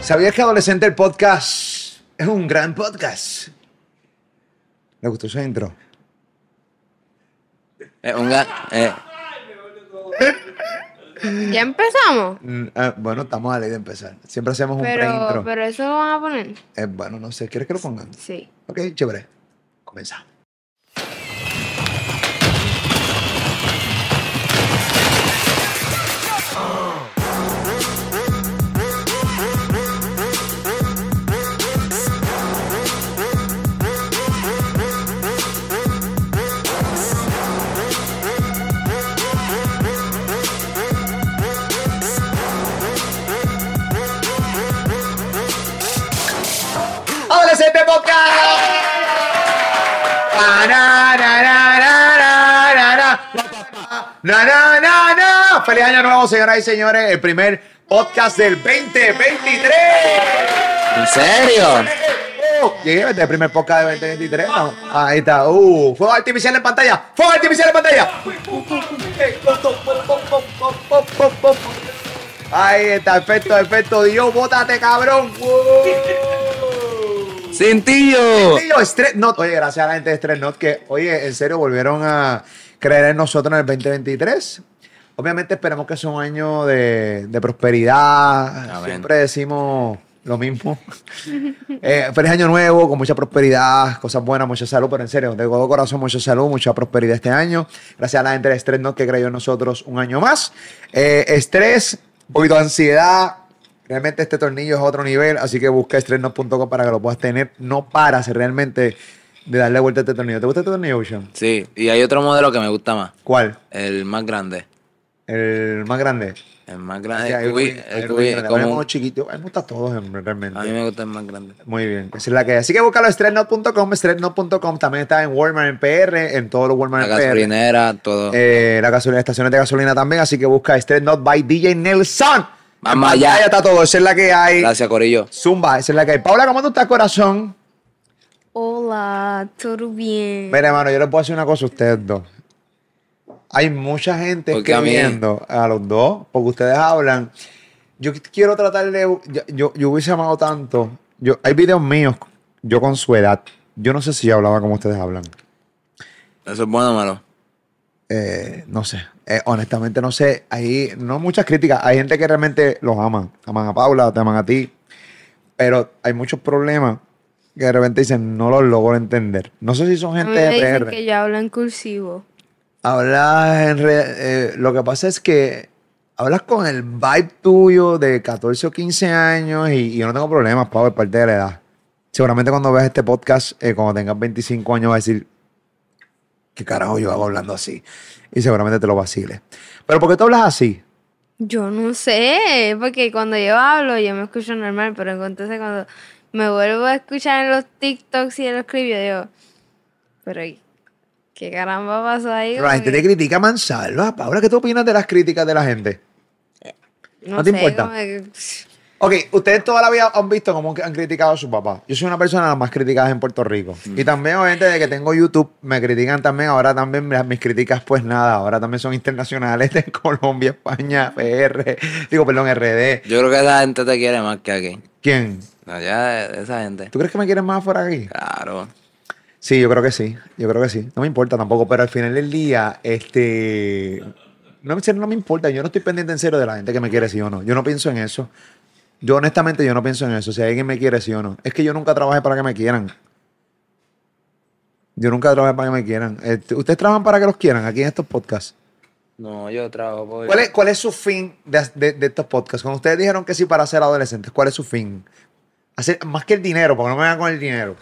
¿Sabías que Adolescente el podcast es un gran podcast? ¿Le gustó ese intro? Eh, un ga- eh, Ya empezamos. Mm, ah, bueno, estamos a ley de empezar. Siempre hacemos un Pero, pre-intro. pero eso lo van a poner. Eh, bueno, no sé, ¿quieres que lo pongan? Sí. Ok, chévere. Comenzamos. ¡Adolescente Podcast! Ah, na, na, na, na, na, na, na. Na, na, na, na. ¡Feliz año nuevo, señoras y señores! El primer podcast del 2023. ¿En serio? Oh, Llegué este es el primer podcast de 2023. ¿no? Ahí está. Uh, fuego artificial en pantalla. Fuego artificial en pantalla. Ahí está, efecto, efecto. Dios, bótate, cabrón. Wow. ¡Cintillo! Sí, yo, Stress Not. Oye, gracias a la gente de Stress Not que, oye, en serio, volvieron a creer en nosotros en el 2023. Obviamente esperamos que sea un año de, de prosperidad. Amén. Siempre decimos lo mismo. Eh, feliz año nuevo, con mucha prosperidad, cosas buenas, mucha salud, pero en serio, de todo corazón, mucha salud, mucha prosperidad este año. Gracias a la gente de Stress Not que creyó en nosotros un año más. Eh, estrés, un poquito de ansiedad. Realmente este tornillo es otro nivel, así que busca estressnot.com para que lo puedas tener. No paras realmente de darle vuelta a este tornillo. ¿Te gusta este tornillo, Ocean? Sí, y hay otro modelo que me gusta más. ¿Cuál? El más grande. El más grande. El más Sí, grande. hay El uno- hay cubi, uno el grande. cubi, A mí como- me gustan los chiquitos. A mí me gustan todos em, a mí realmente. me gusta el más grande. Muy bien, esa es la que hay. Así que búscalo en stressnot.com, stressnot.com. También está en Walmart en PR, en todos los Walmart La en PR. gasolinera, todo. Eh, la gasolina, estaciones de gasolina también, así que busca Stress Not by DJ Nelson. Vamos En pantalla allá. está todo, esa es la que hay. Gracias, Corillo. Zumba, esa es la que hay. Paula, ¿cómo tú estás, corazón? Hola, todo bien. Mira, hermano, yo les puedo decir una cosa a ustedes dos. Hay mucha gente ¿Por qué a mí? escribiendo a, los dos, porque ustedes hablan. Yo qu- quiero tratar de. Yo, yo, yo hubiese amado tanto. Yo, hay videos míos, yo con su edad. Yo no sé si yo hablaba como ustedes hablan. Eso es bueno o malo. Eh, no sé. Eh, honestamente, no sé. Hay no muchas críticas. Hay gente que realmente los ama. Aman a Paula, te aman a ti. Pero hay muchos problemas que de repente dicen, no los logro entender. No sé si son A mí gente me de dicen PR. que yo hablo en cursivo. Hablas en re- eh, lo que pasa es que hablas con el vibe tuyo de 14 o 15 años y, y yo no tengo problemas, Pablo, es parte de la edad. Seguramente cuando veas este podcast, eh, cuando tengas 25 años, vas a decir, ¿qué carajo yo hago hablando así? Y seguramente te lo vaciles. Pero ¿por qué tú hablas así? Yo no sé, porque cuando yo hablo yo me escucho normal, pero entonces cuando me vuelvo a escuchar en los TikToks y en los clips, yo digo, pero ¿qué caramba pasó ahí? Pero la gente Como te que- critica mansalva. Paula, ¿qué tú opinas de las críticas de la gente? no, no te sé, importa. como que- Ok, ustedes toda la vida han visto cómo han criticado a su papá. Yo soy una persona de las más criticadas en Puerto Rico. Y también, obviamente, desde que tengo YouTube, me critican también. Ahora también las- mis críticas, pues nada, ahora también son internacionales de Colombia, España, PR. Digo, perdón, RD. Yo creo que esa gente te quiere más que aquí. ¿Quién? Allá, esa gente. ¿Tú crees que me quieren más afuera aquí? Claro. Sí, yo creo que sí. Yo creo que sí. No me importa tampoco, pero al final del día, este. No, en serio, no me importa. Yo no estoy pendiente en serio de la gente que me quiere, sí o no. Yo no pienso en eso. Yo, honestamente, yo no pienso en eso. Si alguien me quiere, sí o no. Es que yo nunca trabajé para que me quieran. Yo nunca trabajé para que me quieran. Este, ¿Ustedes trabajan para que los quieran aquí en estos podcasts? No, yo trabajo por... ¿Cuál es, cuál es su fin de, de- de estos podcasts? Cuando ustedes dijeron que sí para ser adolescentes, ¿cuál es su fin? Hacer, más que el dinero, porque no me van con el dinero.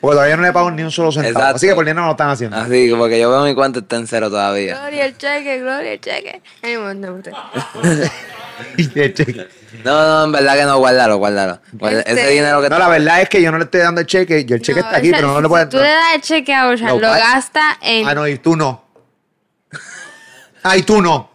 Porque todavía no le pago ni un solo centavo. Exacto. Ah. Así que por dinero no lo están haciendo. Así, como que yo veo mi cuenta está en cero todavía. Gloria el cheque, gloria el cheque. Anyway, no, usted. El cheque. No, no, en verdad que no, guárdalo, guárdalo. Guarda- Este- Ese dinero que No, la verdad es que yo no le estoy dando el cheque. Yo el cheque No, está aquí, o sea, pero no si le puedo Tú le das el cheque a Ocean, Lo lo, pa- gasta en. Ah, no, y tú no. Ay, tú no.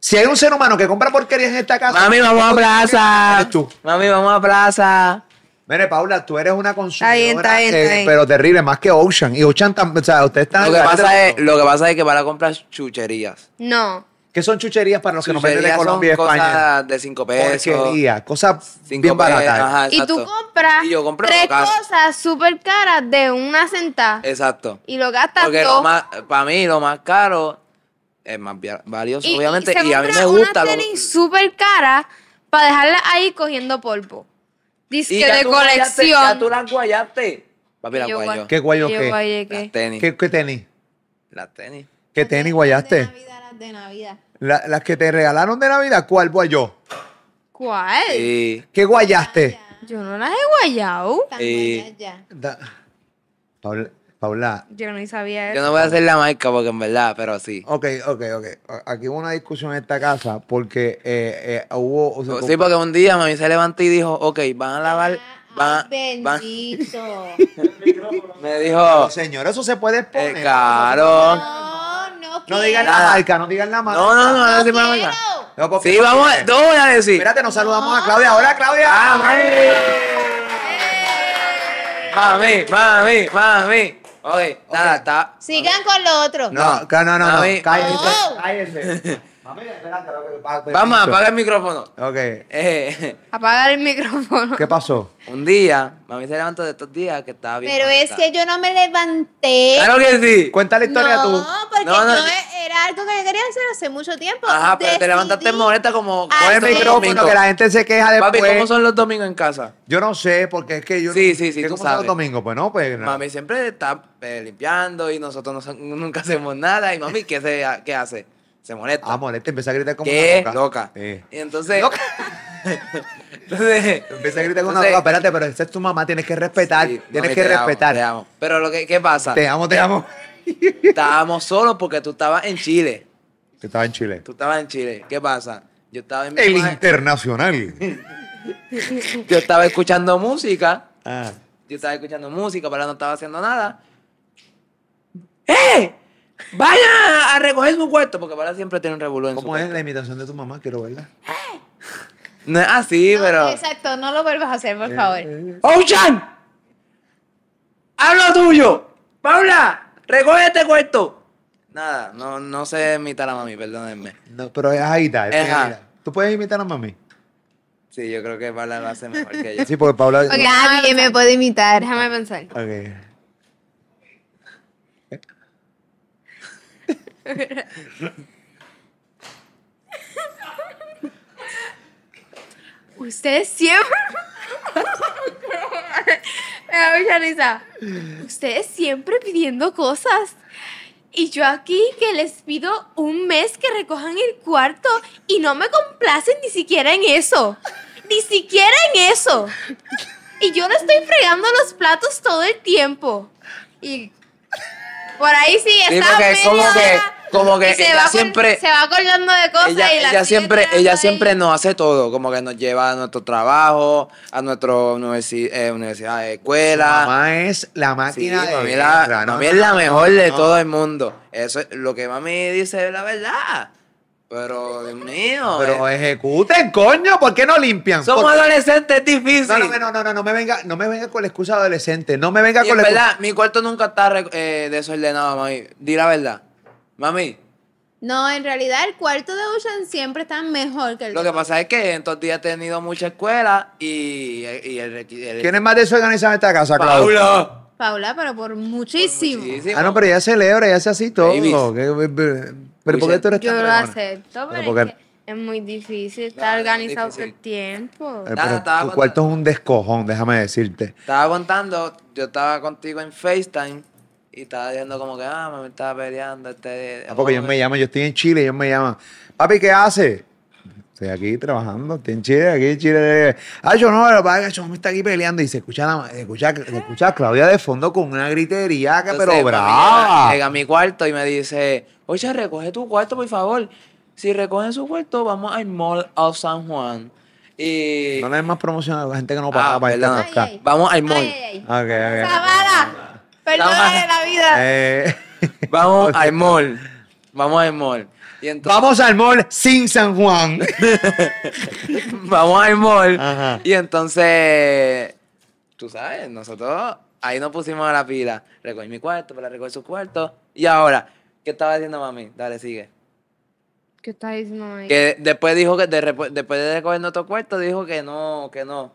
Si hay un ser humano que compra porquerías en esta casa. Mami, vamos a plaza. Eres tú. Mami, vamos a plaza. Mire, Paula, tú eres una consumidora. bien, está bien, eh, está bien. pero terrible, más que Ocean. Y Ocean también. O sea, ustedes están. Lo que pasa es, lo que pasa es que para comprar chucherías. No. ¿Qué son chucherías para los que nos venden de Chucherías son Colombia y España? cosas de 5 pesos. Porquería, cosas bien eh. cinco pesos, baratas. ajá, Y tú exacto. compras Y yo compro tres lo caro. cosas súper caras de una sentada Exacto. y lo gastas Eh, Porque lo todo. más, para mí lo más caro es más via- valioso, y, obviamente. se Y a mí compra me gusta. unas como- tenis súper caras para dejarlas ahí cogiendo polvo. Dice y que ya de tú guayaste, colección. Ya tú las guayaste. Papi, las Y yo guayó. guay- ¿Qué guayó y yo qué? guayé Las qué. tenis. ¿Qué, qué tenis? Las tenis. ¿Qué tenis guayaste? Navidad, las de Navidad. La- las que te regalaron de Navidad, ¿cuál guayó? ¿Cuál? Y ¿Qué guayaste? Yo no las he guayado. Eh, Da- Paula, Paula, Yo no sabía yo eso. no voy a hacer la marca porque en verdad, pero sí. Ok, ok, ok. Aquí hubo una discusión en esta casa porque eh, eh, hubo... o sea, Sí, porque un día mami se levantó y dijo, ok, van a lavar. Ah, Van, van- bendito. Me dijo, Pero, señor, eso se puede exponer. eh, caro. No, no No digan la Nada. marca, no digan la marca. No, no, no, no, sí, quiero. vamos a- No, porque- Sí, vamos, a- no voy a decir. Espérate, nos saludamos a Claudia. Ahora, Claudia. Ah, Mami, mami, mami. Oye, nada, está. Sigan con lo otro. No, no, no, no. A no. mí- Cállese, No. cállese. Mami, espérate. lo que- pa- Vamos, permiso. apaga el micrófono. Ok. Eh, Apagar el micrófono. ¿Qué pasó? un día, mami se levantó de estos días que estaba bien. Pero es molesta. que yo no me levanté. Claro que sí. Cuenta la historia no, tú. porque No, no, yo yo- era algo que quería hacer hace mucho tiempo. Ajá, pero te Decidí- levantaste molesta como. Ah, Pon el Hace micrófono domingo. que la gente se queja Papi, ¿cómo después. son los domingos en casa? Yo no sé, porque es que yo. Sí, sí, sí, ¿Qué tú cómo son los sabes. domingos? Pues no, pues. nada. Mami siempre está eh, limpiando y nosotros no sa- nunca hacemos nada. Y mami, ¿qué, se, qué hace? Se molesta. Ah, molesta, empieza a gritar como ¿Qué? una Loca. Sí. Y entonces. Loca. entonces. Empieza a gritar con una Entonces- boca, espérate, pero esa es tu mamá, tienes que respetar, Sí, tienes mami, que te amo, respetar. te amo. Pero lo que ¿qué pasa, Te amo, te amo. estábamos solos porque tú estabas en Chile. Yo estaba en Chile. Tú estabas en Chile. ¿Qué pasa? Yo estaba en mi El ma- internacional. Yo estaba escuchando música. Ah. Yo estaba escuchando música, pero no estaba haciendo nada. ¡Eh! ¡Vaya a recoger su cuarto! Porque para siempre tiene un revolú en su ¿Cómo es cuarto. la imitación de tu mamá? Quiero verla. No es así, No, pero... Exacto, no lo vuelvas a hacer, por favor. ¡Ocean! ¡Hablo tuyo! ¡Paula! ¡Recoge este cuarto! Nada, no, no sé imitar a mami, perdónenme. No, pero es Aida. es Ajá. Aida. ¿Tú puedes imitar a mami? Sí, yo creo que Paula lo hace mejor que yo. Sí, porque Paula. Ok. Nadie me puede imitar. Déjame pensar. Ok. Ustedes siempre. Me da mucha risa. Ustedes siempre pidiendo cosas. Y yo aquí que les pido un mes que recojan el cuarto y no me complacen ni siquiera en eso. Ni siquiera en eso. Y yo no estoy fregando los platos todo el tiempo. Y por ahí sí, Sí, está porque es como media que- hora como que y se ella va acor- siempre- se va acordando de cosas ella, y la ella sigue siempre, tirando ella ahí. siempre nos hace todo, como que nos lleva a nuestro trabajo, a nuestra universi eh, universidad, escuela. Mamá es la Ah. Sí, máquina. de mami, la- guerra, ¿no? mami es la mejor de no. todo el mundo. Eso es lo que mami dice es la verdad. Pero, Dios mío. Pero eh, ejecuten, coño. ¿Por qué no limpian? somos ¿Por- adolescentes, es difícil. No, no, no, no, no, no me venga, no me venga con la excusa adolescente. No me venga Y con en la excusa. verdad, mi cuarto nunca está re- eh, desordenado, mami. Di la verdad. Mami, No, en realidad el cuarto de Ocean siempre está mejor que el lo que pasa es que en estos días he tenido mucha escuela y, y el, requi- el- ¿Quién es más desorganizado en esta casa, Claudia? Paula. Paula, pero por muchísimo. Ah, no, pero ella celebra, ella hace así todo. Babies. ¿Qué- qué- qué- Pero ¿por qué tú eres Yo tan lo fregona? acepto, Bueno, pero porque- es, que es muy difícil No, estar es organizado todo difícil. el tiempo. Eh, Nada, pero estaba tu contando. cuarto es un descojón, déjame decirte. Estaba contando, yo estaba contigo en FaceTime y estaba diciendo como que, ah, mami estaba peleando este... Ah, porque ellos me llaman, yo estoy en Chile, ellos me llaman. Papi, ¿qué hace? Estoy aquí trabajando, estoy en Chile, aquí en Chile. Ah, yo no, pero para que yo me está aquí peleando y se escucha, la, se escucha, se escucha a Claudia de fondo con una gritería, que, Entonces, pero mami Llega, brava. llega a mi cuarto y me dice, oye, recoge tu cuarto, por favor. Si recogen su cuarto, vamos al Mall of San Juan. Y... No le den más promoción a la gente que no paga Ah, para perdón. irte a Ay, ay. Vamos al mall. Ay, ay, ay. Ah, Ok, ok. Zavala, perdónale la vida. Eh, Vamos al mall. Vamos al mall. Y entonces, vamos al mall sin San Juan. vamos al mall. Ajá. Y entonces, tú sabes, nosotros ahí nos pusimos a la pila. Recogí mi cuarto, para recoger su cuarto. Y ahora, ¿qué estaba diciendo mami? Dale, sigue. ¿Qué estás diciendo, Mike? Que después dijo que de repu- después de recogernos tu cuarto, dijo que no, que no.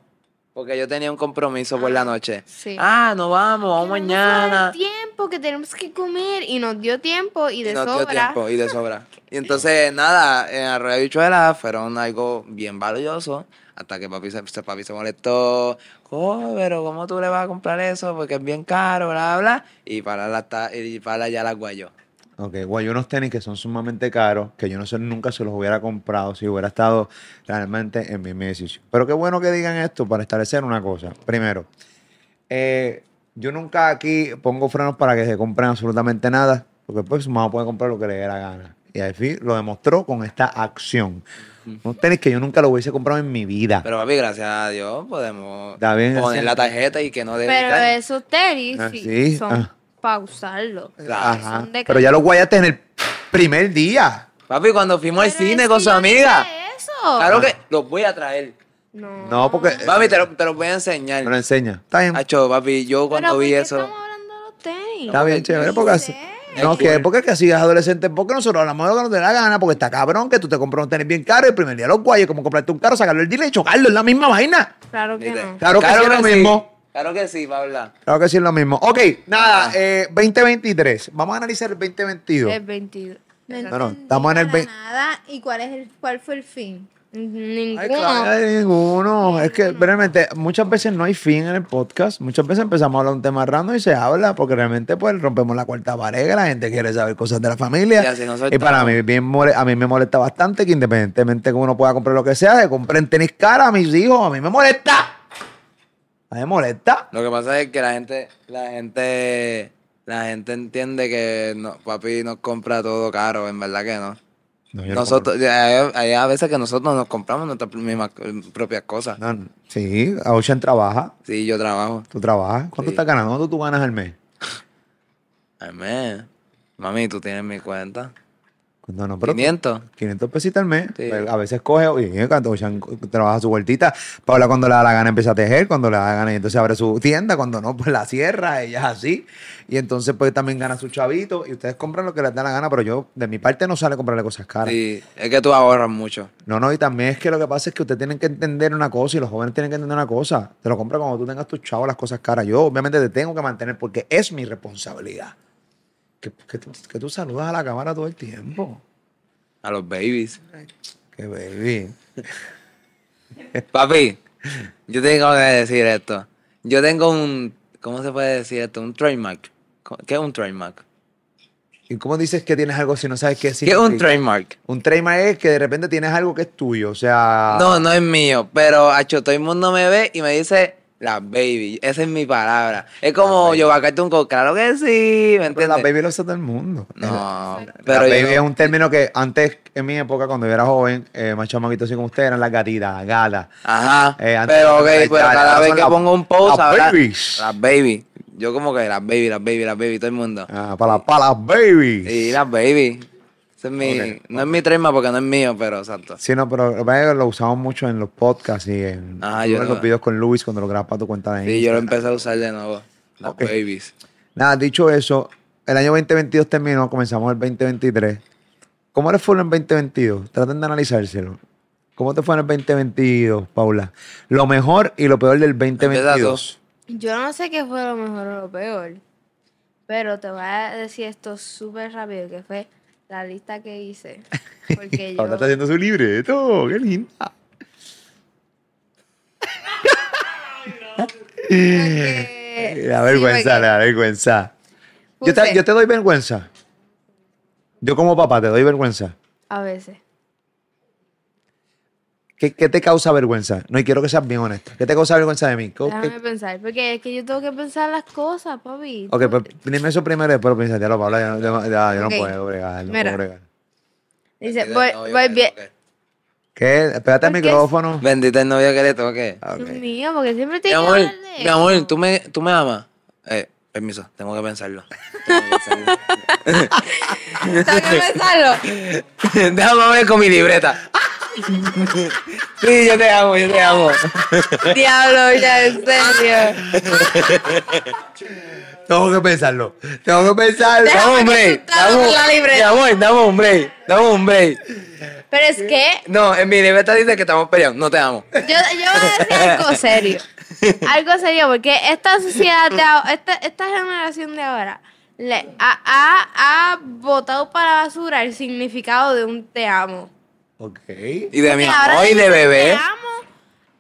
Porque yo tenía un compromiso por la noche. sí. Ah, no vamos, vamos Que no nos va a dar mañana. tiempo que tenemos que comer y nos dio tiempo y de nos dio sobra. tiempo y de sobra. Y entonces, nada, en Arroyo de Bichuela fueron algo bien valioso. Hasta que papi se, se- papi se molestó. Oh, pero ¿cómo tú le vas a comprar eso? Porque es bien caro, bla, bla. Y para, la, ta- y para ya la guayó. Ok, guay, unos tenis que son sumamente caros, que yo no sé, nunca se los hubiera comprado si hubiera estado realmente en mi misma decisión. Pero qué bueno que digan esto para establecer una cosa. Primero, eh, yo nunca aquí pongo frenos para que se compren absolutamente nada, porque después su mamá puede comprar lo que le dé la gana. Y al fin lo demostró con esta acción. Unos tenis que yo nunca lo hubiese comprado en mi vida. Pero papi, gracias a Dios, podemos Está bien, poner gracias. la tarjeta y que no dé Pero detalle. esos tenis Ah, sí, sí, son ah. para usarlo. Ajá. ah, Son de Pero ya los guayaste en el primer día. Papi, cuando fuimos al Pero cine es con que su yo no amiga. sé Eso. Claro que los voy a traer. No. No, porque... Papi, te, lo- te los voy a enseñar. Me lo enseña. Está bien. Acho, papi, yo cuando Pero, ¿por vi qué eso. Estamos hablando de los tenis. Está bien, chévere, porque así. No, que porque es que así es adolescente, porque nosotros hablamos de lo que nos dé la gana, porque está cabrón que tú te compras un tenis bien caro y el primer día los guayes, como comprarte un carro, sacarlo el dealer y chocarlo, es la misma vaina. Claro que ¿viste? no. Claro que sí es lo mismo. Claro que sí, Paula. Claro que sí es lo mismo. Ok, nada, eh, 2023. Vamos a analizar el 2022. Es 22. Eh, No, no, estamos en el entendí 20. para Nada. ¿Y cuál, es el, cuál fue el fin? Ninguno. Ay, claro, hay ninguno. Es que realmente muchas veces no hay fin en el podcast. Muchas veces empezamos a hablar un tema random y se habla porque realmente pues rompemos la cuarta pared, que la gente quiere saber cosas de la familia. Y así nos Y para soltamos. mí bien mole- a mí me molesta bastante que independientemente que uno pueda comprar lo que sea, que compren tenis cara a mis hijos, a mí me molesta. A mí me molesta. Lo que pasa es que la gente, la gente, la gente entiende que no- papi nos compra todo caro, en verdad que no. No, yo no Nosotros, hay, hay a veces que nosotros nos compramos nuestras mismas eh, propias cosas. compro. No, no. Sí, Ocean trabaja, Sí, yo trabajo. tú trabajas. ¿Cuánto Sí. estás ganando? ¿Cuánto tú ganas al mes? Amén. Mami, tú tienes mi cuenta. No, no, pero tú- 500. 500 pesitos al mes. Sí. Pero A veces coge, oye, cuando Ocean trabaja su vueltita. Paula cuando le da la gana empieza a tejer, cuando le da la gana y entonces abre su tienda, cuando no, pues la cierra, ella es así. Y entonces pues también gana su chavito y ustedes compran lo que les da la gana, pero yo de mi parte no sale comprarle cosas caras. Sí, es que tú ahorras mucho. No, no, y también es que lo que pasa es que ustedes tienen que entender una cosa y los jóvenes tienen que entender una cosa. Te lo compra cuando tú tengas tus chavos las cosas caras. Yo obviamente te tengo que mantener porque es mi responsabilidad. Que, que tú, que tú saludas a la cámara todo el tiempo. A los babies. Que baby. Papi, yo tengo que decir esto. Yo tengo un. ¿Cómo se puede decir esto? Un trademark. Co- ¿Qué es un trademark? ¿Y cómo dices que tienes algo si no sabes qué es? ¿Qué es un trademark? Un trademark es que de repente tienes algo que es tuyo. O sea, No, no es mío, pero acho, todo el mundo me ve y me dice la baby. Esa es mi palabra. Es como yo vacarte un co. Claro que sí, ¿me pero entiendes? la baby lo usa todo el mundo. No, Pero pero yo baby es no- un término que antes, en mi época, cuando yo era joven, eh, más chamaquito así como usted, eran las gatitas, las gatas. Ajá. Eh, antes pero ok, eran las pero gatas, cada ahora vez son que las- pongo un post, las ahora- babies. Las baby. Yo como que las baby, las baby, las baby, todo el mundo. Ah, para, la- para las babies. Y las baby. Ese es mi, Ok, No es mi trademark porque no es mío, pero exacto. Sí, no, pero lo que pasa es que lo usamos mucho en los podcasts y en, Ah, tú yo ves no. los videos con Luis cuando lo grabas para tu cuenta de Sí, yo lo Instagram. empecé a usar de nuevo. Las Ok. babies. Nada, dicho eso, el año 2022 terminó, comenzamos el 2023. ¿Cómo les fue en el 2022? Traten de analizárselo. ¿Cómo te fue en el 2022, Paula? Lo mejor y lo peor del 2022. Yo no sé qué fue lo mejor o lo peor, pero te voy a decir esto súper rápido, que fue la lista que hice. Porque yo... Paula está haciendo su libreto, qué linda. porque- La sí, vergüenza, porque la vergüenza. Yo te, puse- yo te doy vergüenza. Yo como papá te doy vergüenza. A veces. ¿Qué, qué te causa vergüenza? No, y quiero que seas bien honesta. ¿Qué te causa vergüenza de mí? ¿Qué- Déjame qué- pensar, porque es que yo tengo que pensar las cosas, papi. Ok, pues dime eso primero y después piensa, ya lo Paula, ya, no- ya- ya yo no Ok. puedo bregar, no Mira. puedo bregar. Dice, Bendita voy, el novio voy que le bien. toque. ¿Qué? Espérate el ¿Por qué? micrófono. Bendita el novio que le toque. Ah, ok. Dios mío, porque siempre te Mi amor, mi amor, ¿tú me, tú me amas? Eh, permiso, tengo que pensarlo. Tengo que pensarlo. Tengo que pensarlo. Déjame ver con mi libreta. sí, yo te amo, yo te amo. Diablo, ya, en serio. Tengo que pensarlo. Tengo que pensarlo. Déjame Dame un que break. tú te hagas Dame, un- la libreta. mi amor, dame un break. Dame un break. Pero es que No, en mi libreta dice que estamos peleando. No te amo. Yo, yo voy a decir algo serio. Algo serio, porque esta sociedad de ahora, esta, esta generación de ahora, le ha, ha, ha botado para la basura el significado de un te amo. Ok. Y de mi Porque ahora amor y de dicen Te bebé. amo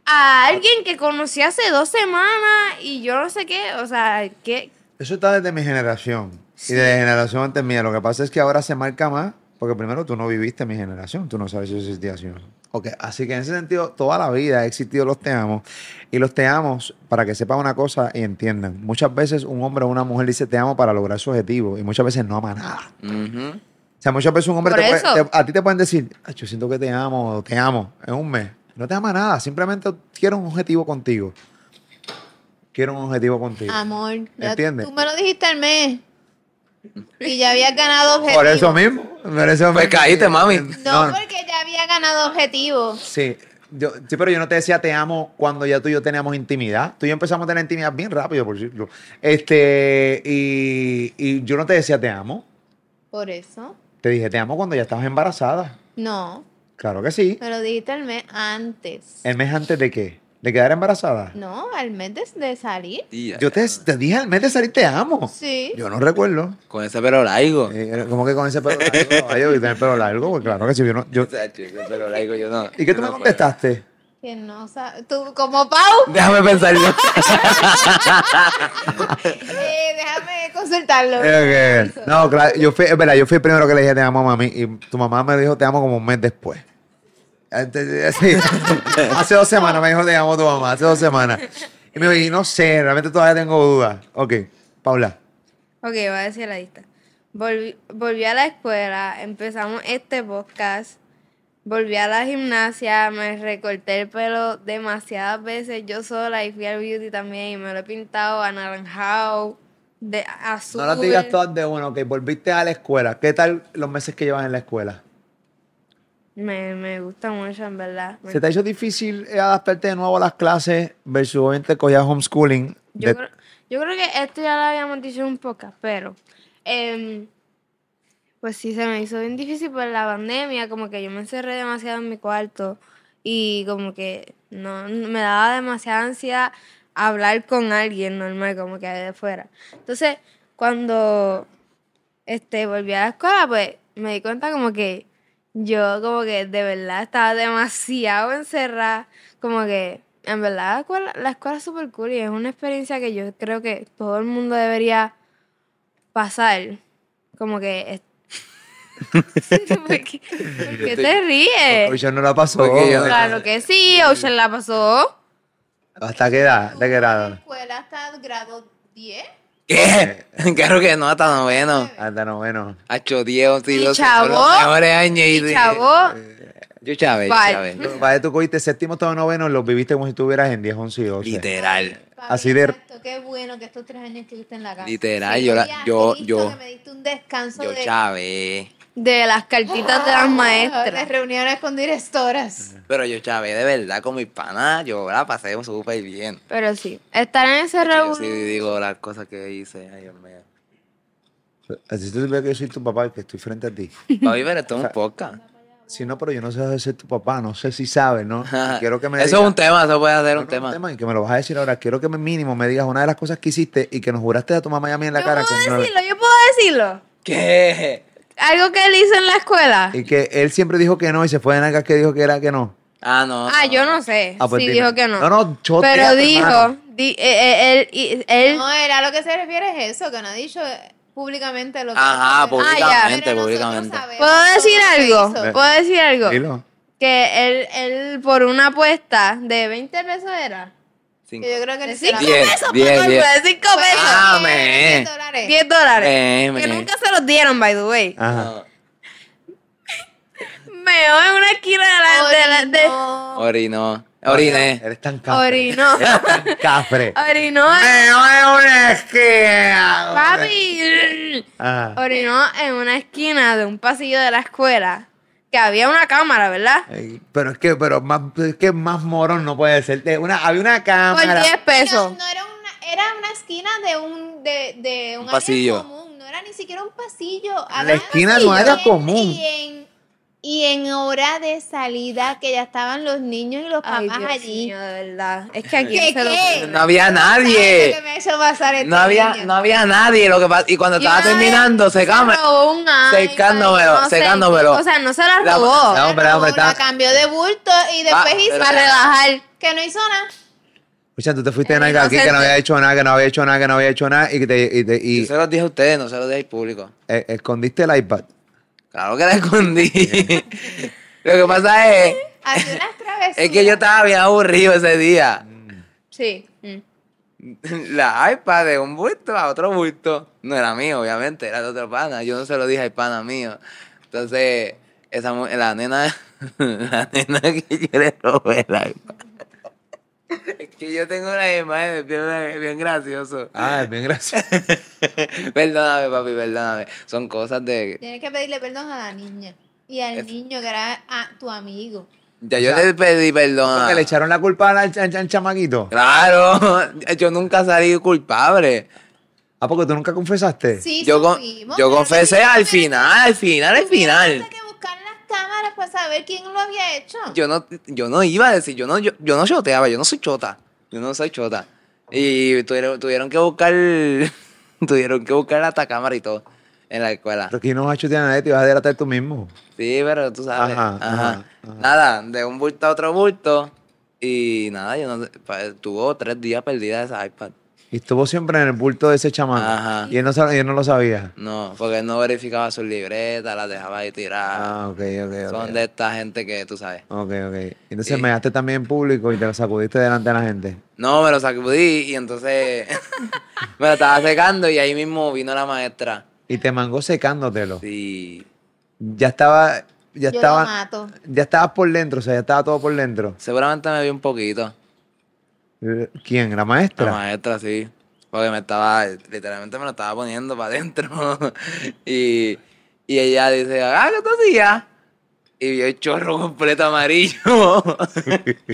a alguien que conocí hace dos semanas y yo no sé qué, o sea, que Eso está desde mi generación. Y de la generación antes mía. Lo que pasa es que ahora se marca más. Porque primero tú no viviste mi generación. Tú no sabes si existía así. o no. Ok. Así que en ese sentido, toda la vida ha existido los te amo. Y los te amos, para que sepan una cosa y entiendan. Muchas veces un hombre o una mujer dice te amo para lograr su objetivo. Y muchas veces no ama nada. Ujú. O sea, muchas veces un hombre Por te puede- eso. te- a ti te pueden decir, "Ay, yo siento que te amo, o te amo, en un mes. No te ama nada, simplemente quiero un objetivo contigo. Quiero un objetivo contigo. Amor, ya ¿Entiendes? tú me lo dijiste al mes. Y ya había ganado objetivos. Por eso mismo, por eso Pues mismo. caíste, mami. No, No, no. porque ya había ganado objetivos. Sí, yo, sí, pero yo no te decía te amo cuando ya tú y yo teníamos intimidad. Tú y yo empezamos a tener intimidad bien rápido, por cierto. Este, y, y yo no te decía te amo. Por eso. Te dije te amo cuando ya estabas embarazada. No, Claro que sí. me lo dijiste al mes antes. ¿El mes antes de qué? ¿De quedar embarazada? No, al mes de, de salir. Tía. Yo te, te dije al mes de salir te amo. Sí. Yo no recuerdo. Con ese pelo largo. Eh, ¿Cómo que con ese pelo largo? Ay, yo tenía el pelo largo, pues claro que sí. Yo no- yo- O sea, chico, ese pelo largo yo no. ¿Y qué tú me no puedo. contestaste? Que no sabes. Tú, como Pau, Déjame pensarlo. eh, déjame consultarlo. Eh, que- No, claro, yo fui, es verdad, yo fui el primero que le dije te amo a mami y tu mamá me dijo te amo como un mes después. Antes- sí. Hace dos semanas me dijo te amo tu mamá, hace dos semanas. Y me dijo, y no sé, realmente todavía tengo dudas. Ok, Paula. Ok, voy a decir la lista. Volví, volví a la escuela, empezamos este podcast, volví a la gimnasia, me recorté el pelo demasiadas veces yo sola y fui al beauty también y me lo he pintado anaranjado, de azul. No las digas todas de uno, ok, volviste a la escuela. ¿Qué tal los meses que llevas en la escuela? Me, me gusta mucho, en verdad. Me- ¿Se te ha hecho difícil eh, adaptarte de nuevo a las clases versus obviamente cogías homeschooling? yo, De- creo, yo creo que esto ya lo habíamos dicho un poco, pero... em, Pues sí, se me hizo bien difícil por la pandemia, como que yo me encerré demasiado en mi cuarto y como que no me daba demasiada ansiedad hablar con alguien normal, como que de fuera. Entonces, cuando este, volví a la escuela, pues me di cuenta como que yo como que de verdad estaba demasiado encerrada, como que en verdad la escuela, la escuela es súper cool y es una experiencia que yo creo que todo el mundo debería pasar. Como que. es- ¿Por qué, por qué te Oye, eh, ríes? yo no la pasó. Porque yo- Claro que sí, Ocean la pasó. ¿Hasta qué edad? ¿Hasta qué La edad? escuela Pues hasta grado 10. ¿Qué? Eh. Claro que no, hasta noveno. Hasta noveno. Hacho 10, 11 y Y 12. chavo. Son los mejores años. Y de- chavo, Yo Chávez, Bye. Chávez. Lo que pasa es que tú cogiste séptimo, octavo, noveno, los viviste como si estuvieras en 10, 11 y 12. Literal. Papi, Así de- exacto, Qué bueno que estos tres años estuviste en la casa. Literal, Sí, yo la- ya, yo- listo, yo- que me diste un descanso Yo de, Chávez. de las cartitas de las de maestras. reuniones con directoras. Pero yo Chávez, de verdad, con mis panas, yo la pasé súper bien. Pero sí, estar en ese Yo reunión. sí digo las cosas que hice. Ay, Dios mío. Así tú ves que yo soy tu papá y que estoy frente a ti. Oye, pero esto es un podcast. Si no, pero yo no sé de ser tu papá, no sé si sabes, ¿no? Y Quiero que me Eso es digas- un tema, eso puede ser No, no, un tema. y que me lo vas a decir ahora. Quiero que me mínimo me digas una de las cosas que hiciste y que nos juraste a tu mamá y a mí en la Yo puedo cara. que no le- decirlo, yo puedo decirlo. ¿Qué? Algo que él hizo en la escuela. Y que él siempre dijo que no y se fue de nalgas que dijo que era que no. Ah, no. Ah, yo no sé. Ah, pues sí, dime. dijo que no. No, no, yo te- Pero hermano. dijo, di- eh, eh, él, y- él No, era lo que se refiere es eso, que no ha dicho públicamente lo que Ajá, pero públicamente, nosotros públicamente. sabemos ¿Puedo decir todo lo que algo? hizo. ¿Puedo decir algo? Eh, Dilo. Que él, él, por una apuesta de 20 pesos era. Cinco. Que yo creo que De ni 5 siquiera- Diez, pesos, diez, por favor, diez. de 5 Fue pesos. Ah, eso, me. 10 dólares. 10 dólares. Eh, que me. nunca se los dieron, by the way. Ajá. No. Meó en una esquina de la... De la de- Orinó. Orinó. Oriné. Eres tan cafre. orinó. Cafre. orinó. en- Pero es una esquina. Papi. Ajá. orinó en una esquina de un pasillo de la escuela. Que había una cámara, ¿verdad? Ay, Pero es que, pero más, es que más morón no puede ser. De Eh, Una, había una Por cámara. 10 pesos. No era una, era una esquina de un, de, de un, Un pasillo. área común, no era ni siquiera un pasillo. La había un esquina no era pasillo. común. Y en, y en hora de salida, que ya estaban los niños y los Ay, papás Dios allí. mío, de verdad. Es que aquí ¿Qué, se lo qué? creo. No había ¿Sabes lo nadie. que me ha hecho pasar este No había, niño? no había nadie. Lo que pa- y cuando Y estaba una vez terminando, se cama. robó un iPad, Secándomelo, no sé, secándomelo. O sea, no se la La- robó. la- No, hombre, Pero hombre, la está- cambió de bulto y después Ah, hizo pero- Para relajar. que no hizo nada. Escucha, tú te fuiste de El nalga aquí que no inocente. había hecho nada, que no había hecho nada, que no había hecho nada y que te y te- y, Yo se los dije a ustedes, no se los dije al público. eh, escondiste el iPad. Claro que la escondí. Lo que pasa es, Hace unas travesuras. es que yo estaba bien aburrido ese día. Sí. mm. La iPad de un bulto a otro bulto. No era mío, obviamente, era de otro pana. Yo no se lo dije al pana mío. Entonces, esa mu- la nena, la nena que yo le robé el iPad. Es que yo tengo una imagen bien, bien gracioso. Ah, bien, gracias. Perdóname, papi, perdóname. Son cosas de. Tienes que pedirle perdón a la niña y al Es- niño que era ah, tu amigo. Ya yo O sea, le pedí perdón. Porque a- le echaron la culpa al, al- al chamaquito. Claro, yo nunca salí culpable. Ah, porque tú nunca confesaste. Sí, Yo, con- supimos, yo pero confesé tuvimos al que- final, al final, al final. Tuvimos que buscar las cámaras para saber quién lo había hecho. Yo no, yo no iba a decir, yo no, yo, yo no choteaba, yo no soy chota. Yo no soy chota. Y tuvieron, tuvieron que buscar, tuvieron que buscar hasta cámara y todo en la escuela. Pero aquí no vas a chutear a nadie, te vas a delatar tú mismo. Sí, pero tú sabes. Ajá, Ajá, ajá, ajá. Nada, de un bulto a otro bulto. Y nada, yo no sé, pa- tuvo tres días perdida esa iPad. Y estuvo siempre en el bulto de ese chamaco. Ajá. Y él no, sab- y él no lo sabía. No, porque él no verificaba sus libretas, las dejaba ahí tiradas. Ah, ok, ok, ok. Son de esta gente que tú sabes. Ok, ok. Entonces Eh. me daste también en público y te lo sacudiste delante de la gente. No, me lo sacudí y entonces me lo estaba secando y ahí mismo vino la maestra. Y te mangó secándotelo. Sí, Ya estaba, ya Yo lo estaba, mato. ya estaba por dentro, o sea, ya estaba todo por dentro. seguramente me vio un poquito. Eh, ¿Quién? ¿La La maestra? maestra, sí. Porque me estaba, literalmente me lo estaba poniendo para adentro. y, y ella dice, ah, ¿qué tú hacías? Y vio el chorro completo amarillo.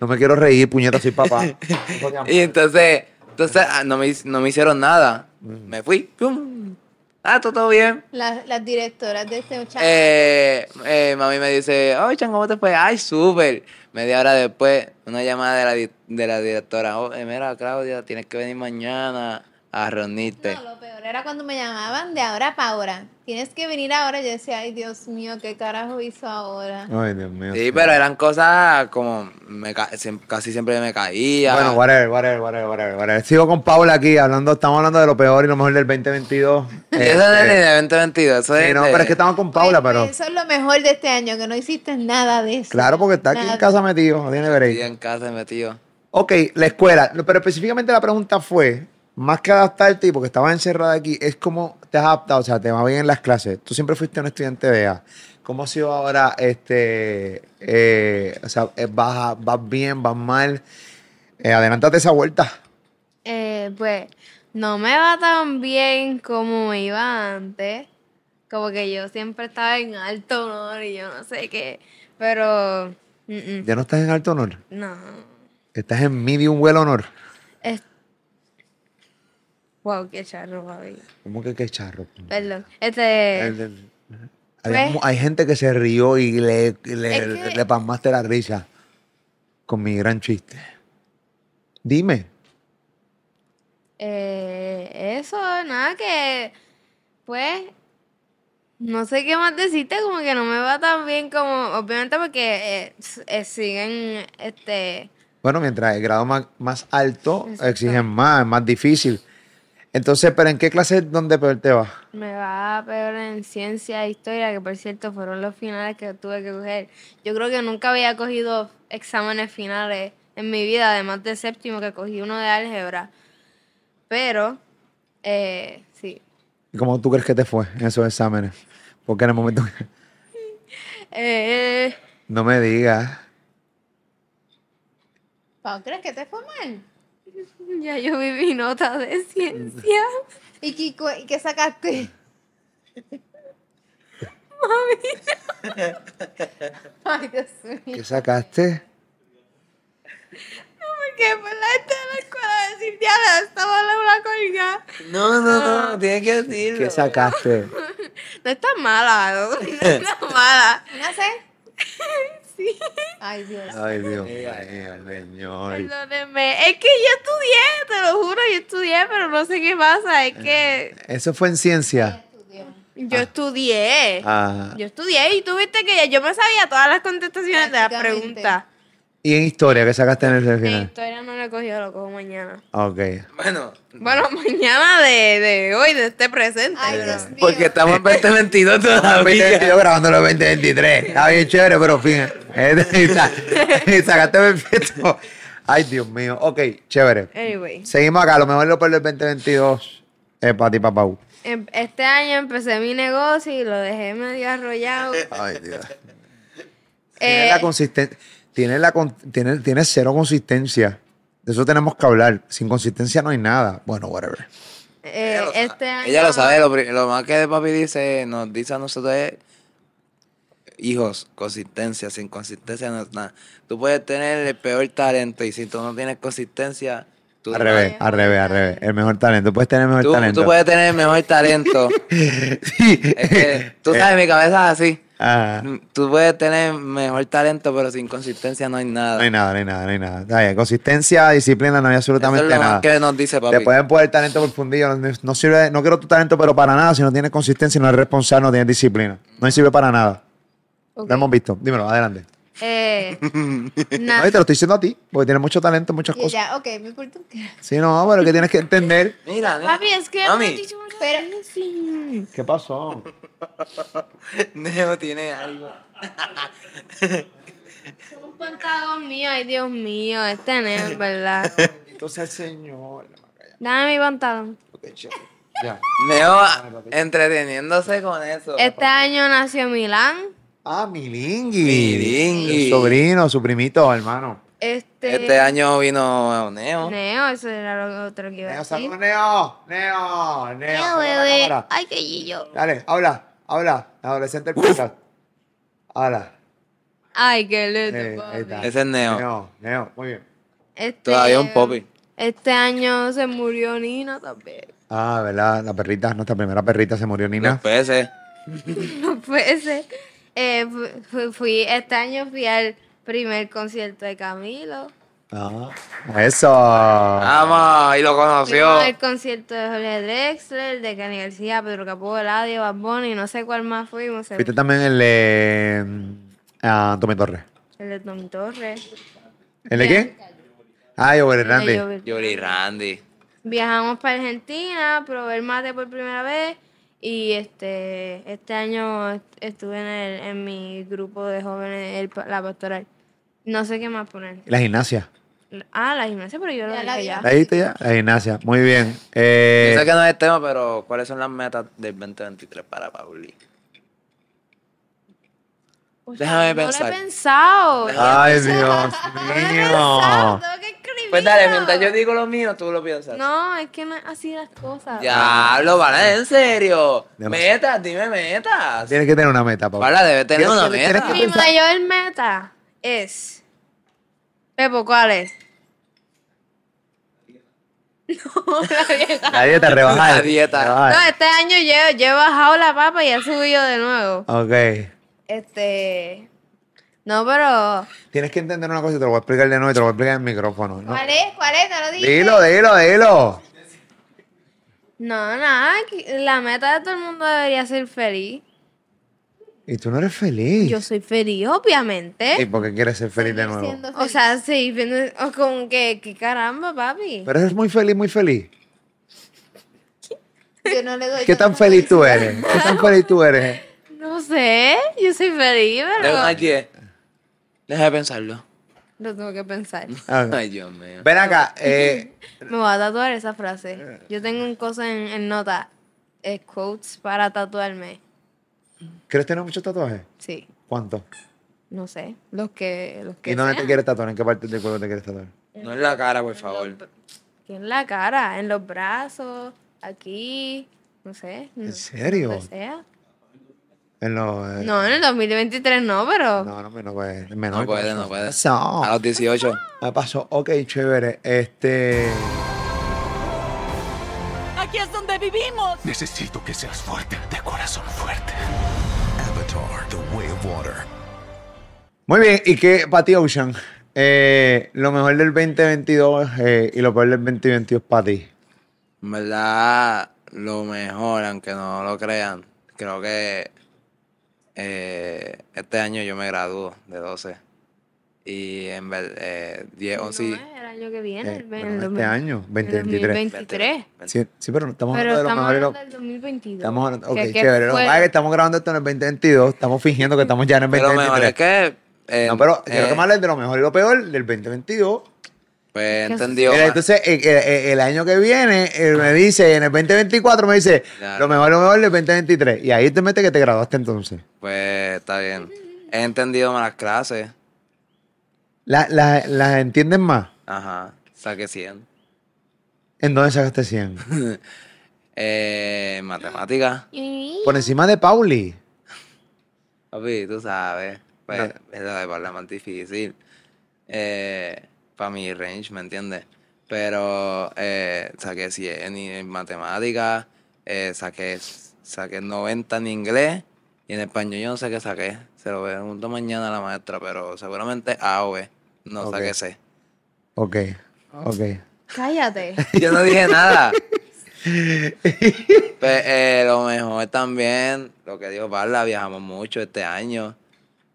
No me quiero reír, puñeta, soy papá. y entonces, entonces ah, no, me, no me hicieron nada. Me fui. pum. Ah, todo todo bien. Las, las directoras de este muchacho. Eh, eh, mami me dice, ay, Chan, ¿cómo te fue? Ay, súper. Media hora después, una llamada de la, di- de la directora. Oh, eh, mira, Claudia, tienes que venir mañana a reunirte. no, lo peor era cuando me llamaban de ahora para ahora. Tienes que venir ahora. Yo decía, ay, Dios mío, ¿qué carajo hizo ahora? Ay, Dios mío. sí, pero eran cosas como, me ca- siem- casi siempre me caía. Bueno, whatever, whatever, whatever, whatever, whatever. Sigo con Paula aquí, hablando, estamos hablando de lo peor y lo mejor del 2022. Y Eh, eso no es ni eh, de 2022, eso sí, es no, de- pero es que estamos con Paula, Pues, pero... Eso es lo mejor de este año, que no hiciste nada de eso. Claro, porque está aquí en Nada. casa metido, no tiene break. Sí, en casa metido. Ok, la escuela. No, Pero específicamente la pregunta fue, más que adaptarte y porque estabas encerrada aquí, es cómo te has adaptado, o sea, te va bien en las clases. Tú siempre fuiste un estudiante de A. ¿Cómo ha sido ahora, este, eh, o sea, eh, vas, a- vas bien, vas mal? Eh, adelántate esa vuelta. Eh, pues no me va tan bien como me iba antes. Como que yo siempre estaba en alto honor y yo no sé qué. Pero. mm, mm, Ya no estás en alto honor, No. estás en medium well honor. Es... Wow, qué charro, papi. ¿Cómo que qué charro? Perdón. Este. El- el- había pues- mu- hay gente que se rió y le, le, Es que- le pasmaste la risa con mi gran chiste. Dime. Eh, eso, nada que, pues, no sé qué más decirte, como que no me va tan bien como, obviamente porque eh, s- eh, siguen, este, Bueno, mientras el grado más, más alto Exacto. exigen más, es más difícil. Entonces, ¿pero en qué clase es donde peor te vas? me va peor en ciencia e historia, que por cierto fueron los finales que tuve que coger. Yo creo que nunca había cogido exámenes finales en mi vida, además de séptimo que cogí uno de álgebra. Pero, eh, sí. ¿Y cómo tú crees que te fue en esos exámenes? Porque en el momento... que- Eh, No me digas. Pau, ¿crees que te fue mal? ya yo viví nota de ciencia. ¿Y qué, cu- y qué sacaste? Mami. Ay, Dios mío. ¿Qué sacaste? Porque por la pues, gente de la escuela decir, diabla, esta bola es una colga. No, no, no, Ah, tienes que decirlo. ¿Qué sacaste? No está mala, no, no está mala. ¿No sé? sí. Ay, Dios. Ay, Dios mío, señor. Perdónenme. Es que yo estudié, te lo juro, yo estudié, pero no sé qué pasa. Es que Eso fue en ciencia. Estudió. yo estudié. Ah, Yo estudié y tú viste que ya yo me sabía todas las contestaciones de las Prácticamente. preguntas. y en historia, ¿qué sacaste en el En final? historia no la cogió, lo cojo mañana. Ah, Ok. Bueno, Mm. Bueno, mañana de, de hoy, de este presente. Ay, Eh, pero- Dios mío. porque estamos en 2022 todavía. Yo grabando los 2023. Está bien chévere, pero Eh, fíjate. Sacaste perfecto. Ay, Dios mío. Ok, chévere. Anyway, Seguimos acá, a lo mejor lo perdió el 2022. Es para ti, papá. em- este año empecé mi negocio y lo dejé medio arrollado. Ay, Dios. Tiene Eh, Eh, la consistencia. Tiene, la con- tiene, tiene cero consistencia. De eso tenemos que hablar. Sin consistencia no hay nada. Bueno, whatever. eh, Ella lo sabe. este año, Ella lo sabe, lo, pri- lo más que papi dice, nos dice a nosotros es, hijos, consistencia, sin consistencia no es nada. Tú puedes tener el peor talento y si tú no tienes consistencia, tú, Al revés, al revés, al revés. El mejor talento. Puedes tener el mejor tú, talento. tú puedes tener el mejor talento. Sí. Ah, es que, tú sabes, mi cabeza es así. Ajá. Tú puedes tener mejor talento, pero sin consistencia no hay nada. No hay nada, no hay nada, no hay nada. Está bien, Consistencia, disciplina, no hay Eso es absolutamente lo nada. más que nos dice papi. Te pueden poner el talento por fundido. No, no sirve, no quiero tu talento, pero para nada. Si no tienes consistencia, no eres responsable, no tienes disciplina. No sirve para nada. Ok. Lo hemos visto. Dímelo, adelante. eh, No, na- y te lo estoy diciendo a ti, porque tienes mucho talento, muchas Y cosas. ya, ok, me importa un carajo. Sí, no, pero que tienes que entender. Mira, mira. papi, es que Mami. hemos dicho muchas Pero- veces. ¿Qué pasó? Neo tiene algo. Un pantagón mío, ay Dios mío, este nene, en ¿verdad? Entonces, señor. Dame mi pantalón. Ya. Neo entreteniéndose con eso. Este año nació Milán. Ah, Milingui. Milingui. Su sobrino, su primito, hermano. Este, Este año vino Neo. Neo, eso era lo otro que iba a Neo, decir. saludos, Neo. Neo, Neo. saluda a Neo, la bebé. cámara. Ay, qué guillo. Dale, habla, habla. Adolescente el podcast. Habla. Ay, qué Eh, lindo, ahí está. papi. Ese es Neo. Neo, Neo, muy bien. Este- Todavía un popi. Este año se murió Nina también. Ah, ¿verdad? La perrita, nuestra primera perrita se murió, Los Nina. peces. No puede ser. Eh, fu- fu- fui, este año fui al primer concierto de Camilo. Ah, eso. Ah. Vamos, y lo conoció. Fuimos al concierto de Jorge Drexler, de Cani García, Pedro Capó, Eladio, Bad Bunny, no sé cuál más fuimos. se- Viste también el de mm, ah, Tommy Torres. El de Tom Torres. ¿El de qué? Ah, Joel Hernández. Ellos- Yuri Randy. Viajamos para Argentina, probé el mate por primera vez y este este año est- estuve en, el- en mi grupo de jóvenes, el pa- la pastoral. No sé qué más poner. La gimnasia. Ah, la gimnasia, pero yo lo Ya la dije ya. ¿La viste ya? La gimnasia. Muy bien. Yo Eh, sé que no es el tema, pero ¿cuáles son las metas del 2023 para Pauli? O sea, Déjame no pensar. lo he pensado. ay, Dios No lo he pensado, mío. tengo que escribirlo. Pues dale, mientras yo digo lo mío, tú lo piensas. No, es que no es así las cosas. Ya, lo van en serio. Demasiado. Metas, dime metas. Tienes que tener una meta, papá. Paula, debe tener Tienes una que- tienes meta. que Mi pensar- mayor meta es. Pepo, ¿cuál es? La dieta, rebajar. La dieta. No, Rebajar. este año yo, yo he bajado la papa y he subido de nuevo. Ok. Este. No, pero. Tienes que entender una cosa y te lo voy a explicar de nuevo y te lo voy a explicar en el micrófono. ¿no? ¿Cuál es? ¿Cuál es? No lo dije. Dilo, dilo, dilo. No, nada. que La meta de todo el mundo debería ser feliz. Y tú no eres feliz. Yo soy feliz, ¿Y obviamente. por qué quieres ser feliz de Seguir nuevo? siendo O feliz. sea, sí, viendo- o como que, que caramba, papi. Pero eres muy feliz, muy feliz. yo no le doy ¿Qué tan tanta feliz tú eres? ¿Qué tan feliz tú eres? No sé, yo soy feliz, De una a pero. diez. Deja de eh. pensarlo. Lo tengo que pensar. Ah, Ay, Dios mío. Ven acá. eh, Me voy a tatuar esa frase. Yo tengo un cosa en, en nota. eh, quotes para tatuarme. ¿Quieres tener muchos tatuajes? Sí, ¿Cuántos? no sé. Los que. Los que ¿Y dónde te sean. quieres tatuar? ¿En qué parte del cuerpo te quieres tatuar? No en la cara, por favor. Aquí en la cara, en los brazos, aquí, no sé. ¿En serio? Donde sea. En los, eh, No, en el 2023 no, pero No, no, no puede. Menor, No puede, no puede. Eso. A los 18. Me pasó. Ok, chévere. Este. vivimos. Necesito que seas fuerte, de corazón fuerte. Avatar, The Way of Water. Muy bien, ¿y qué, Patty Ocean? eh, lo mejor del 2022 eh, y lo peor del 2022 para ti. En verdad, lo mejor, aunque no lo crean, creo que eh, este año yo me gradúo de 12. Y en eh, verdad, 10, 11 y... No, es el año que viene, Eh, el, pero el este 2000, año, el 2023. 2023. Sí, sí, pero estamos hablando de Pero lo estamos mejor y lo- hablando del 2022. Estamos hablando, ok, Que- que chévere. Lo que fue- pasa es que estamos grabando esto en el 2022, estamos fingiendo que estamos ya en el Pero lo mejor 2023. es que... eh, no, pero eh, quiero que me hables de lo mejor y lo peor del 2022. Pues ¿Qué haces? entendió. Eh, ma- Entonces, eh, eh, eh, el año que viene, él me dice, en el 2024 me dice, Claro. lo mejor, lo mejor del 2023. Y ahí te mete que te graduaste entonces. Pues está bien. He entendido más las clases. ¿Las la, las entiendes más? Ajá. Saqué 100. ¿En dónde sacaste 100? Eh, matemáticas. Por encima de Pauli. Papi, tú sabes. Pues, es la de hablar más difícil. Eh, para mi range, ¿me entiendes? Pero eh, saqué 100 y en matemáticas. eh, saqué, saqué 90 en inglés. Y en español yo no sé qué saqué. Se lo pregunto mañana a la maestra, pero seguramente A o B. No Ok. saqué C. Ok, ok. Cállate. Yo no dije nada. Pues, eh, lo mejor también, lo que dijo Parla, viajamos mucho este año.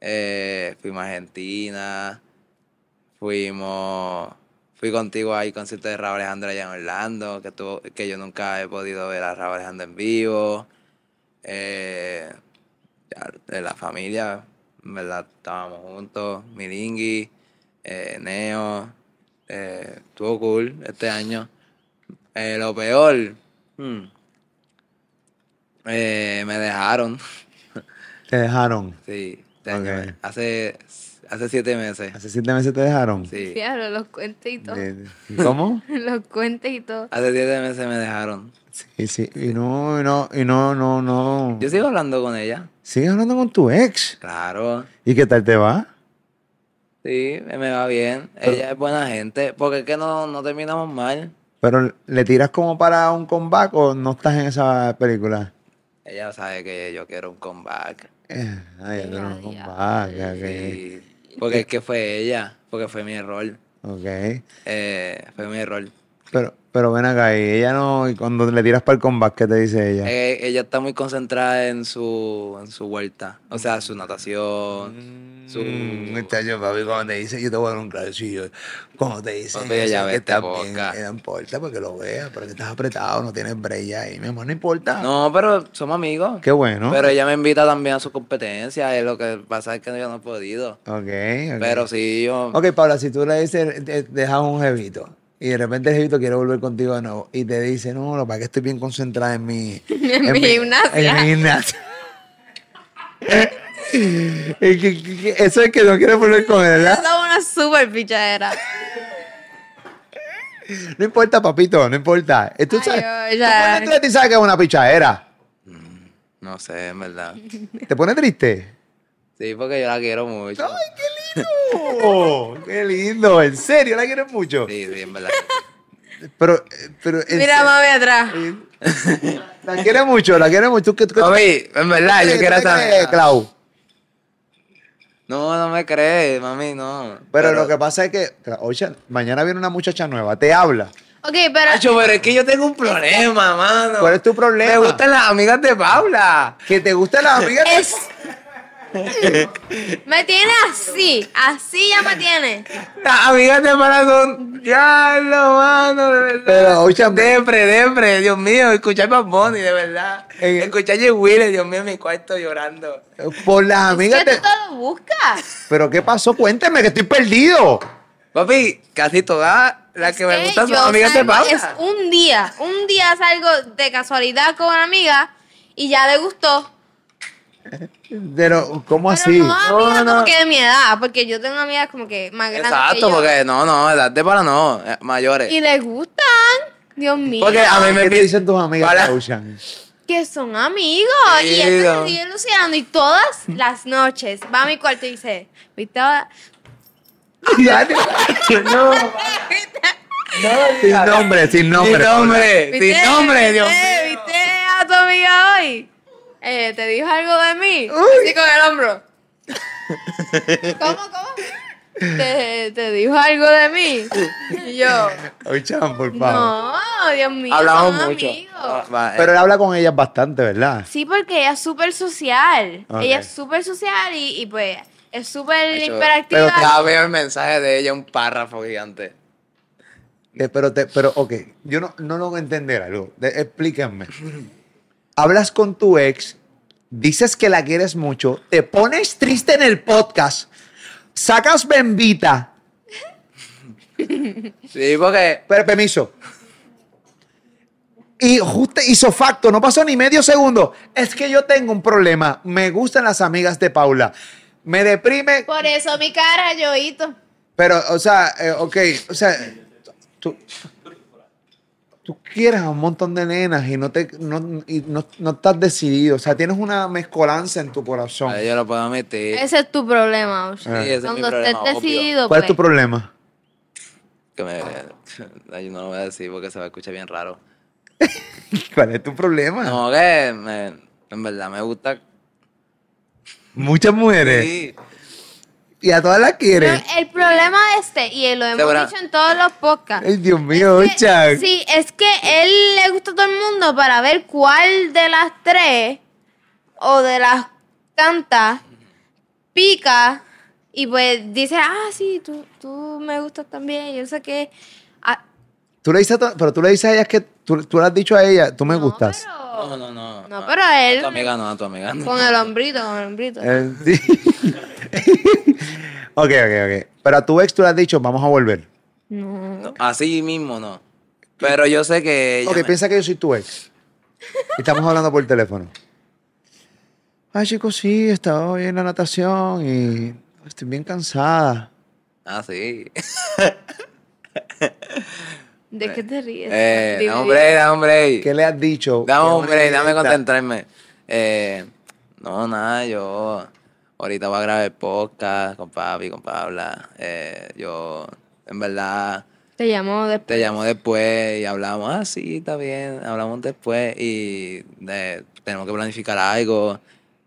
Eh, fuimos a Argentina, fuimos, fui contigo ahí concierto de Raúl Alejandro allá en Orlando, que estuvo- que yo nunca he podido ver a Raúl Alejandro en vivo. Eh, ya, de la familia, en verdad, estábamos juntos, Miringui, eh, Neo, eh, estuvo cool este año. Eh, lo peor, hmm, eh, me dejaron, Te dejaron. sí, este año Ok. me- hace, hace siete meses, ¿Hace siete meses te dejaron? sí, Fíjalo, los cuentes y todo. De- de- ¿Cómo? Los cuentes y todo. hace siete meses me dejaron. Sí, sí. Y no, y no, y no, no, no. Yo sigo hablando con ella, Sigues hablando con tu ex. claro, ¿Y qué tal te va? sí, me me va bien, ella es buena gente, porque es que no, no terminamos mal, Pero le tiras como para un comeback o no estás en esa película. ella sabe que yo quiero un comeback. Eh, Ay, yo quiero un Ya, comeback. ok, Sí, porque es que fue ella, porque fue mi error. Ok. eh, fue mi error. Pero, pero ven acá, y ella no, y cuando le tiras para el comeback, ¿qué te dice ella? Eh, ella está muy concentrada en su, en su vuelta, o sea, su natación, su... Mm, muchacho, papi, cuando te dice, yo te voy a dar un clavecillo. Cuando te dicen Papi, ya eso, ve que este estás podcast. bien, eh, no importa porque lo veas, pero que estás apretado, no tienes break ahí, mi amor, no importa. No, pero somos amigos. Qué bueno. Pero ella me invita también a su competencia, es lo que pasa es que yo no he podido. Ok, ok. Pero sí, yo... Ok, Paula, si tú le dices, de- deja un jevito y de repente el jevito quiere volver contigo de nuevo y te dice, no, lo que pasa es que estoy bien concentrada en mi, en mi gimnasia. En mi gimnasia. Es que- que- que- Eso es que no quiere volver con él, ¿verdad? Esa es una super pichadera. No importa, papito, no importa. Eh, Tú Ay, sabes, yo tú ya- por dentro de ti sabes que es una pichadera. No sé, en verdad. ¿Te pone triste? Sí, porque yo la quiero mucho. Oh, ¡Qué lindo! ¿En serio? ¿La quieres mucho? Sí, sí, en verdad. Pero, eh, pero... en Mira, mami atrás. serio, ¿La quieres mucho? ¿La quieres mucho? ¿Tú qué- tú qué- Mami, en verdad, ¿tú Ah, yo qué quiero te crees, saber. Clau? No, no me crees, mami, no. Pero, lo que pasa es que claro, oye, mañana viene una muchacha nueva, te habla. Ok, pero. Nacho, pero es que yo tengo un problema, mano. ¿Cuál es tu problema? Me gustan las amigas de Paula. Que te gustan las amigas. Es. me tiene así. Así ya me tiene. Las amigas de Paula son. este Ya, lo mano, de verdad. Pero, oye, Depre, depre, Dios mío, escuchar Bad Bunny, de verdad. En- Escuchar J. Willis, Dios mío, en mi cuarto llorando. por las ¿Qué amigas tú te- todo lo buscas? Pero ¿qué pasó? Cuéntame que estoy perdido. Papi, casi todas las que me Sí, gustan son yo amigas de salgo- Paula. Es un día. Un día salgo de casualidad con una amiga y ya le gustó. Pero ¿cómo Ah, Pero así? no No, amigas no. como que de mi edad, porque yo tengo amigas como que más grandes. que Exacto, yo. porque no, no, edad de Paula no, eh, mayores. Y les gustan. Dios mío. Porque a mí me ¿Qué te piden- dicen tus amigas? Paula, Ocean? Que son amigos. Y Sí, él se no. sigue luciando. Y todas las noches va a mi cuarto y dice: ¿Viste? ahora? no, Sin nombre, sin nombre. sin nombre, ¿Viste? sin nombre, Dios mío. ¿Viste? ¿Viste? a tu amiga hoy? Eh, ¿Te dijo algo de mí? Así con el hombro. ¿Cómo, cómo? ¿Te, te dijo algo de mí? Y yo, Oye, por favor. no, Dios mío. Hablamos son mucho. amigos". Ah, va, eh, Pero él habla con ellas bastante, ¿verdad? Sí, porque ella es súper social. Ok. Ella es súper social y, y pues es súper Eso- hiperactiva. pero ya veo el mensaje de ella, un párrafo gigante. Eh, pero, te, pero, ok, yo no, no logro entender algo. De- explíquenme. Hablas con tu ex, dices que la quieres mucho, te pones triste en el podcast, sacas bembita. Sí, porque Pero permiso. Y justo hizo facto, no pasó ni medio segundo. Es que yo tengo un problema. Me gustan las amigas de Paula. Me deprime, Por eso mi cara, yoito. pero, o sea, eh, ok, o sea, tú, tú quieres a un montón de nenas y no te, no, y no, no estás decidido. O sea, tienes una mezcolanza en tu corazón. yo no puedo meter. Ese es tu problema, Osh. Sí, Ah. ese es mi Cuando problema, estés obvio. decidido, ¿Cuál es tu pues, problema? Que me, Ay, no lo voy a decir porque se va a escuchar bien raro. ¿Cuál es tu problema? No, que me- en verdad me gusta. Muchas mujeres. Sí. Y a todas las quieres. Pero el problema de este, y lo hemos Segura. dicho en todos los podcasts. Ay, Dios mío, es que- Chan. Sí, es que él le gusta a todo el mundo para ver cuál de las tres o de las tantas pica y pues dice, ah, sí, tú, tú me gustas también, yo sé que... ah, Tú le dices a to- pero tú le dices a ellas que tú, tú le has dicho a ella, tú me no, gustas. pero- No, no, no. No, A- pero a él- Ah, tu amiga no, a tu amiga no. Con el hombrito, con el hombrito. Eh, sí. ok, ok, ok. Pero a tu ex tú le has dicho, vamos a volver. No. No, Así mismo no. Pero yo sé que. ella ok, me- piensa que yo soy tu ex. Y estamos hablando por teléfono. Ay, chicos, sí, estaba hoy en la natación y estoy bien cansada. Ah, sí. ¿De qué te ríes? Eh, Dime, dame un break, dame un break. ¿Qué le has dicho? Dame un break, dame Esta- concentrarme. Eh, no, nada, yo ahorita voy a grabar podcast con papi, con Paula. Eh, yo, en verdad, Te llamó después. te llamó después y hablamos, ah, sí, está bien, hablamos después y eh, tenemos que planificar algo.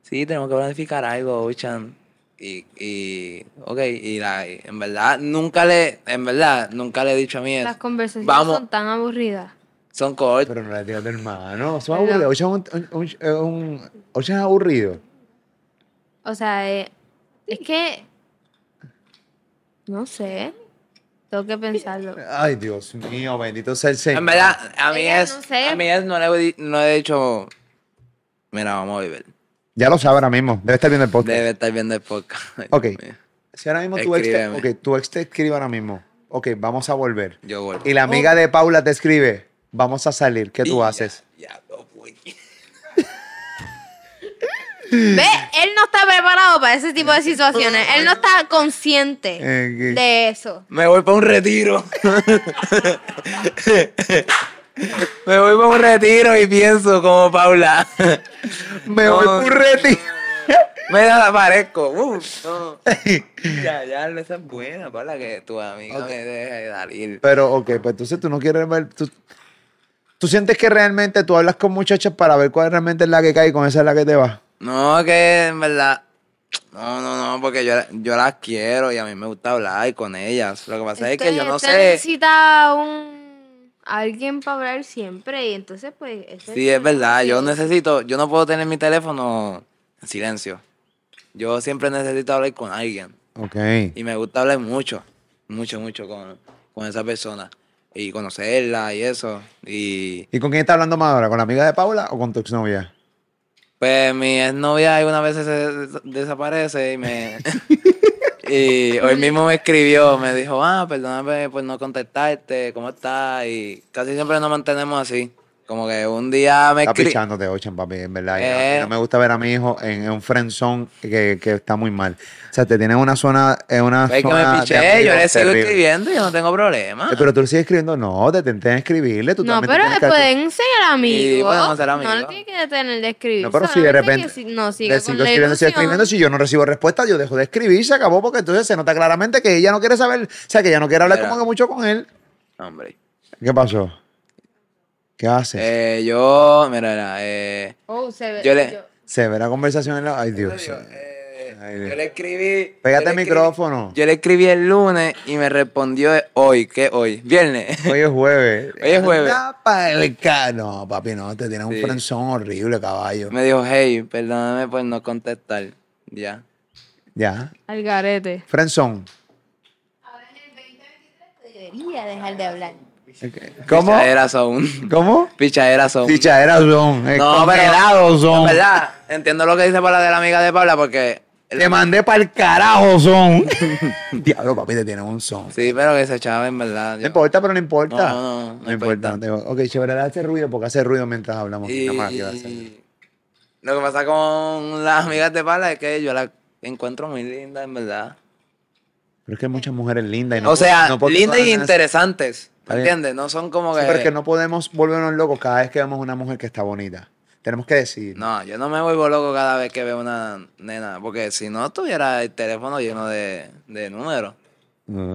Sí, tenemos que planificar algo, Uchan. Y, y, ok, y, la, y en verdad, nunca le, en verdad, nunca le he dicho a mí Las eso. conversaciones Vamos. son tan aburridas. Son cortas. Pero no le digas de hermano. Son Perdón. aburridos. Oye, un- un- un- un- oye, es aburrido. O sea, eh, es que... No sé. Tengo que pensarlo. Ay, Dios mío, bendito sea el Señor. En verdad, a mí Ella es. no sé. A mí es, no le, he di- no he dicho. Mira, vamos a vivir. Ya lo sabe ahora mismo. Debe estar viendo el podcast. Debe estar viendo el podcast. Ok. Dios mío. Si ahora mismo tu ex, te, Escríbeme. ok, tu ex te escribe ahora mismo. Ok, vamos a volver. Yo vuelvo. Y la amiga de Paula te escribe. Vamos a salir. ¿Qué tú Y ya, haces? Ya, lo voy. Ve, él no está preparado para ese tipo de situaciones. Él no está consciente Eh, que- de eso. Me voy para un retiro. Me voy para un retiro y pienso como Paula. Me No, voy no, por no. reti. Me desaparezco. Uh, no. Ya, ya, no esa es buena, Paula, que tu amiga me deja de salir. Pero, ok, pues entonces tú no quieres ver. Tú, tú sientes que realmente tú hablas con muchachas para ver cuál realmente es la que cae y con esa es la que te va. No, que en verdad. No, no, no, porque yo, yo las quiero y a mí me gusta hablar con ellas. Lo que pasa es que yo no Este- este sé necesita un... Alguien para hablar siempre y entonces pues... ese si es verdad. Yo el- necesito, yo no puedo tener mi teléfono en silencio. Yo siempre necesito hablar con alguien. Ok. Y me gusta hablar mucho, mucho, mucho con, con esa persona. Y conocerla y eso. Y ¿Y con quién está hablando más ahora? ¿Con la amiga de Paula o con tu exnovia? pues mi exnovia algunas veces se des- desaparece y me... y hoy mismo me escribió, me dijo, ah, perdóname por no contestarte, ¿cómo estás? Y casi siempre nos mantenemos así. Como que un día me Está escribió... pichándote, Ochan, papi, en verdad. Y no- Eh. y no me gusta ver a mi hijo en, en un friendzone que, que está muy mal. O sea, te tienen una zona. En una Es Pues que zona me de piché, yo amigos le sigo terrible. escribiendo y yo no tengo problema. Eh, Pero tú le sigues escribiendo, no, te intenté escribirle. Tú No, también pero tienes que- pueden ser amigos. Sí, podemos ser No le amigos. tiene que tener de escribir. No, pero si de solamente que repente. si- no, sigue le con sigo la escribiendo, sigo ilusión. escribiendo. Si yo no recibo respuesta, yo dejo de escribir, se acabó, porque entonces se nota claramente que ella no quiere saber, o sea, que ella no quiere hablar Mira. como que mucho con él. Hombre, ¿Qué pasó? ¿Qué haces? Eh, yo, mira, mira, eh, Oh, se ve. Yo le- yo- Se ve la conversación en la... Ay, yo, Dios. eh, Ay, Dios. yo le escribí. Pégate yo el le escribí- micrófono. Yo le escribí el lunes y me respondió hoy, ¿qué hoy? Viernes. Hoy es jueves. Hoy es jueves. Anda pa'l ca- No, papi, no, te tienes un Sí. frenzón horrible, caballo. me dijo, hey, perdóname por no contestar. Ya. Ya. Al garete. Frenzón. Ahora en el 2023 te debería dejar de hablar. ¿Cómo? Pichadera son. ¿Cómo? Pichadera son. Pichadera son. eh, No, pero. congelados la son. verdad, entiendo lo que dice Paula de la amiga de Paula porque. Te mandé pa'l carajo son. Diablo, papi, te tienen un son. Sí, pero que se echaba en verdad. No yo- importa, pero no importa. No, no, no, no importa. importa. no te- Ok, chévere, hace ruido porque hace ruido mientras hablamos. Y, Nada más que va a hacer. lo que pasa con las amigas de Paula es que yo las encuentro muy lindas, en verdad. Pero es que hay muchas mujeres lindas. Y no o sea, no porque lindas todas y sean así. interesantes. Está ¿Me bien. entiendes? No son como Sí, que. pero es que no podemos volvernos locos cada vez que vemos una mujer que está bonita. Tenemos que decidir. No, yo no me vuelvo loco cada vez que veo una nena, porque si no tuviera el teléfono lleno de, de números.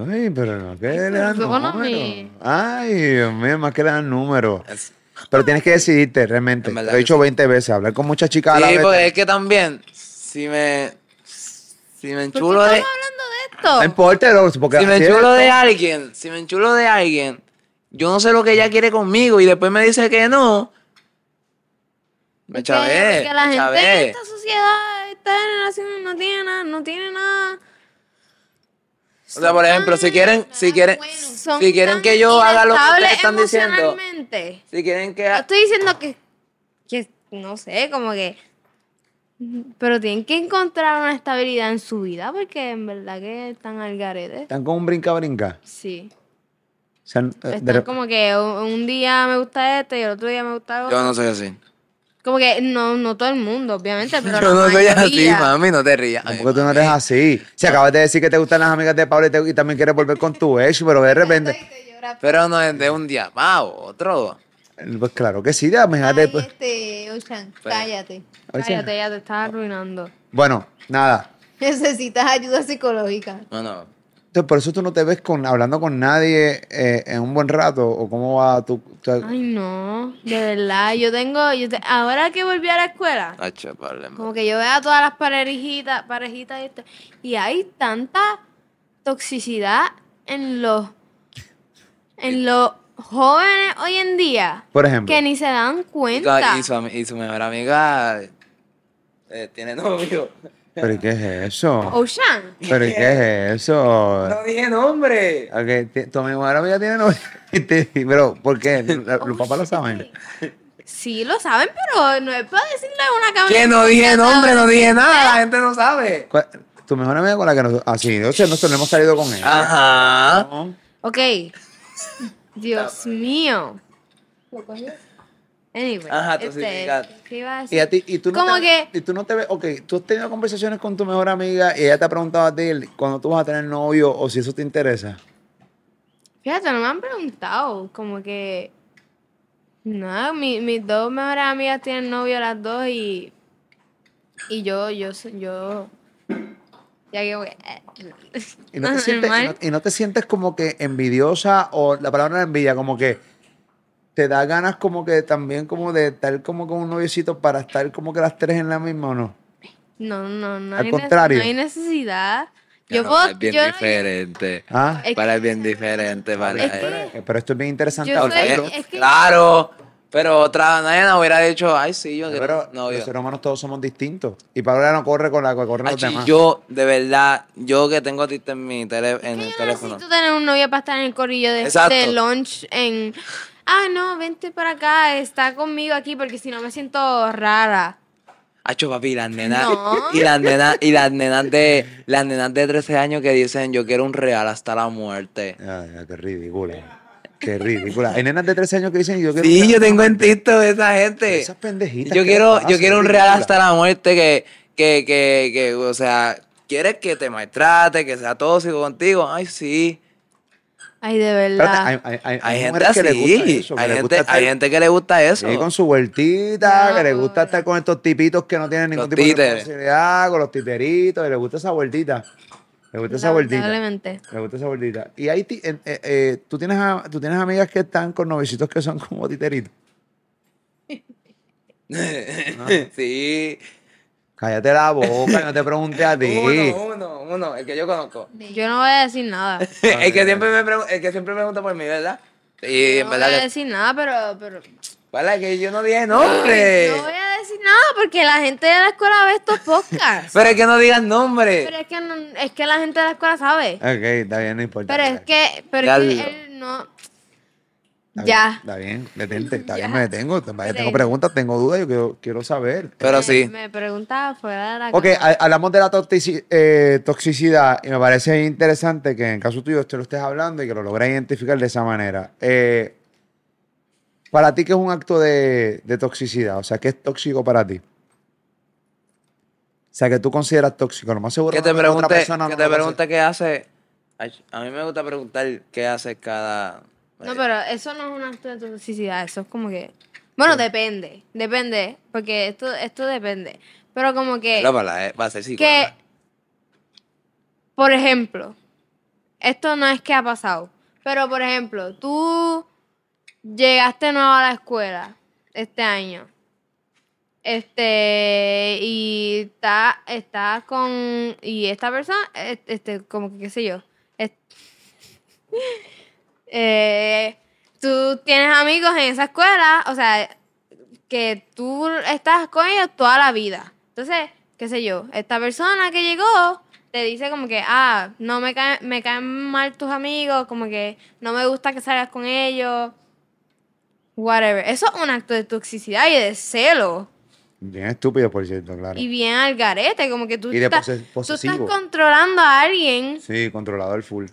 Ay, pero no, que le pero dan luego no número. me- Ay, Dios mío, más que le dan número. Es- Pero tienes que decidirte realmente. En Te verdad lo he que dicho sí. 20 veces. Hablar con muchas chicas a la Sí, vez. porque es que también, si me, si me ¿Por qué enchulo estamos de, hablando No de esto? importa, loco, porque si me así es. enchulo de alguien, si me enchulo de alguien, yo no sé lo que ella quiere conmigo y después me dice que no, me Porque- chavé, porque la me gente en chavé. esta sociedad, esta generación no tiene nada, no tiene nada. O sea, por ejemplo, si quieren, si quieren, Son si quieren tan que yo haga lo que ustedes inestables están diciendo, emocionalmente. si quieren que... No ha- estoy diciendo que, que, no sé, como que... Pero tienen que encontrar una estabilidad en su vida porque en verdad que están al garete. Están con un brinca-brinca. Sí. O sea, eh, de Están re- como que un, un día me gusta este y el otro día me gusta otro. Yo no soy así. Como que no, no todo el mundo, obviamente, pero Yo la no soy así, mayoría. mami, no te rías. Ay, Tampoco tú no eres así. Si acabas de decir que te gustan las amigas de Pablo y, te- y también quieres volver con tu ex, pero de repente. Estoy, te llora. Pero no es de un día más o otro. Pues claro que sí, ya, imagínate. Ay, pues. este, Ocean, Pero- cállate. O sea, Cállate, ya te estás arruinando. Bueno, nada. Necesitas ayuda psicológica. Bueno, Entonces, por eso tú no te ves con, hablando con nadie eh, en un buen rato. ¿O cómo va tu.? tu- Ay, no, de verdad, yo tengo, yo te- ahora que volví a la escuela, hacho, problema. como que yo veo a todas las parejitas, parejitas y esto, y hay tanta toxicidad en los, en los jóvenes hoy en día por ejemplo. que ni se dan Y, cuenta. su, ami- y su mejor amiga eh, tiene novio. ¿Pero ¿y qué es Oh, eso? Ocean, ¿Pero ¿y qué es eso? No dije nombre. Okay, ti- tu mejor amiga tiene novio. Y te- Pero, ¿por qué? La- Los papás lo Oh, saben. sí lo saben, pero no es para decirle a una cámara. ¿Qué? No dije nombre, no dije nada. La gente no sabe. ¿Cuál- Tu mejor amiga con la que nos. Así, o sea, nosotros no hemos salido con ella. Ajá. Ok. Dios mío. ¿Lo cogió? Anyway. este, Ajá, toxicidad. ¿Qué iba a Y, decir? a ti, y tú no Como te, que- y tú no te ves, ok, tú has tenido conversaciones con tu mejor amiga y ella te ha preguntado a ti cuando tú vas a tener novio o si eso te interesa. Fíjate, no me han preguntado. Como que. No, mi- mis dos mejores amigas tienen novio las dos y. Y yo, yo, so- yo. Ya que voy. Y no, te Ajá, sientes, y, no, normal. y no te sientes como que envidiosa o la palabra no es envidia, como que te da ganas como que también como de estar como con un noviecito para estar como que las tres en la misma o no. No, no, no. Al hay nece- contrario. No hay necesidad. Ya Yo no, puedo. Es bien yo- diferente. ¿Ah? Es Para es bien diferente. Para Es que- Eh, Pero esto es bien interesante. Yo Porque- hablarlo. soy- es que- Claro. Pero otra nena hubiera dicho, ay, sí, yo quiero Pero novio. los seres humanos todos somos distintos. Y Paola no corre con la que corren los Achi, demás. yo, de verdad, yo que tengo Twitter en mi tele- en el Yo no teléfono. necesito tener un novio para estar en el corrillo de, Exacto. de lunch en... Ah, no, vente para acá, está conmigo aquí porque si no me siento rara. Acho, papi, y las nenas. No. Y las nenas, y las nenas de las nenas de 13 años que dicen yo quiero un real hasta la muerte. Ay, ay, qué ridícula. Qué ridícula. Hay nenas de 13 años que dicen yo quiero Sí, un- yo tengo en TikTok esa gente. Esas pendejitas. Yo ¿qué quiero, les pasa? yo quiero un Qué real ridícula. hasta la muerte que, que, que, que, o sea, quieres que te maltrate, que sea tóxico contigo. Ay, sí. Ay, de Espérate, verdad. hay, hay, hay, Hay gente mujeres así. que les gusta eso, que hay, les gente, gusta estar hay gente que le gusta eso. ahí con su vueltita, que les gusta No. estar con estos tipitos que no tienen ningún Los tipo de títeres. responsabilidad, con los titeritos, y les gusta esa vueltita. Les gusta esa vueltita. Les Lamentablemente. gusta esa vueltita. Y ahí ti- eh, eh, eh, ¿tú, tienes a- tú tienes amigas que están con novicitos que son como titeritos. sí. Cállate la boca, no te pregunté a ti. Uno, uno, uno, el que yo conozco. Yo no voy a decir nada. el, que siempre me pregun- el que siempre me pregunta por mí, ¿verdad? Sí, Yo Eh, en no voy verdad. a Que, decir nada, pero... pero... ¿Verdad? Que yo no dije No voy nombre. a decir nada porque la gente de la escuela ve estos podcasts. Pero es que no digas nombre. Pero es que, no- es que la gente de la escuela sabe. Ok, está bien, no importa. Pero es que, pero Ya es lo- que él no... Está bien, Ya. Está bien, detente, está Ya. bien, me detengo. Tengo Detente. preguntas, tengo dudas, yo quiero, quiero saber. Pero Me- sí. Me preguntaba fuera de la Ok, casa. ha- hablamos de la toxici- eh, toxicidad y me parece interesante que en el caso tuyo usted lo estés hablando y que lo logres identificar de esa manera. Eh, para ti, ¿qué es un acto de, de toxicidad? O sea, ¿qué es tóxico para ti? O sea, que tú consideras tóxico, lo más seguro Que no- te otra pregunte, persona que no te lo considera- pregunte qué hace. Ay, A mí me gusta preguntar qué hace cada. eh, No, pero eso no es un acto de toxicidad, eso es como que... Bueno, depende, depende, porque esto, esto depende. Pero como que... Mira, para, eh, va a ser que, psicóloga. por ejemplo, esto no es que ha pasado, pero por ejemplo, tú llegaste nuevo a la escuela este año. Este, y está, está con, y esta persona, eh, este, como que qué sé yo, es- eh, tú tienes amigos en esa escuela, o sea, que tú estás con ellos toda la vida. Entonces, qué sé yo, esta persona que llegó te dice como que, ah, no me caen, me caen mal tus amigos, como que no me gusta que salgas con ellos, whatever. Eso es un acto de toxicidad y de celo. Bien estúpido, por cierto, claro. Y bien al garete, como que tú, Y de estás- pose- tú estás posesivo. controlando a alguien Sí, controlador full.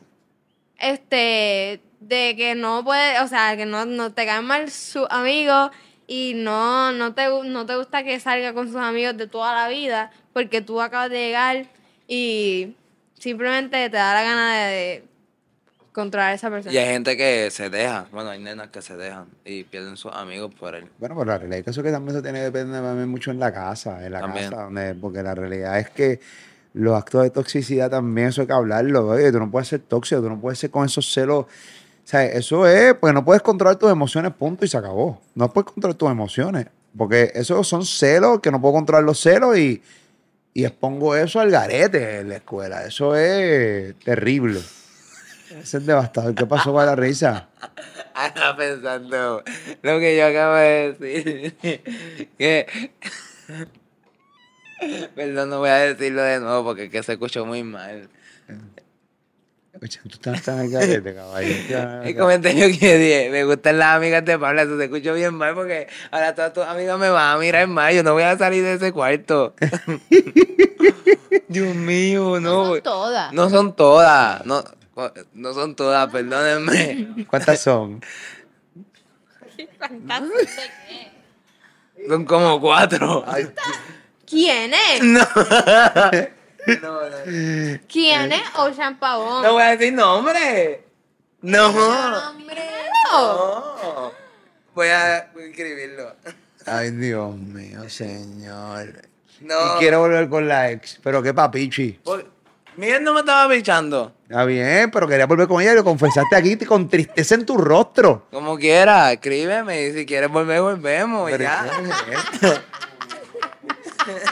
este de que no puede, o sea, que no, no te caen mal sus amigos y no, no, te, gu- no te gusta que salga con sus amigos de toda la vida porque tú acabas de llegar y simplemente te da la gana de, de controlar a esa persona. Y hay gente que se deja. Bueno, hay nenas que se dejan y pierden sus amigos por él. Bueno, pero la realidad del caso es que también eso tiene que depender también mucho en la casa, en la También. casa, donde- porque la realidad es que los actos de toxicidad también eso hay que hablarlo, oye, tú no puedes ser tóxico, tú no puedes ser con esos celos, o sea, eso es, pues no puedes controlar tus emociones, punto, y se acabó, no puedes controlar tus emociones, porque esos son celos, que no puedo controlar los celos y, y expongo eso al garete en la escuela, eso es terrible, eso es devastador, ¿qué pasó con la risa? Ahora pensando lo que yo acabo de decir. que. Perdón, no voy a decirlo de nuevo porque es que se escuchó muy mal. Oye, Tú estás tan al garete, caballo. El comentario que dije, me gustan las amigas de Pablo, eso se escuchó bien mal porque ahora todas tus amigas me van a mirar mal, yo no voy a salir de ese cuarto. Dios mío, no. Son güey. todas. No son todas, no, no son todas, perdónenme. ¿Cuántas son? Son como cuatro. ¿Quién es? No, no, ¿Quién es Ocean Pavón? no voy a decir nombre. No. No. No. Voy a voy a escribirlo. Ay, Dios mío, señor. No. Y quiero volver con la ex, pero qué papichi. Por- Miguel no me estaba pichando. Está bien, pero quería volver con ella y lo confesaste aquí con tristeza en tu rostro. Como quiera, escríbeme y si quieres volver, volvemos. Pero, ya. ¿qué es esto?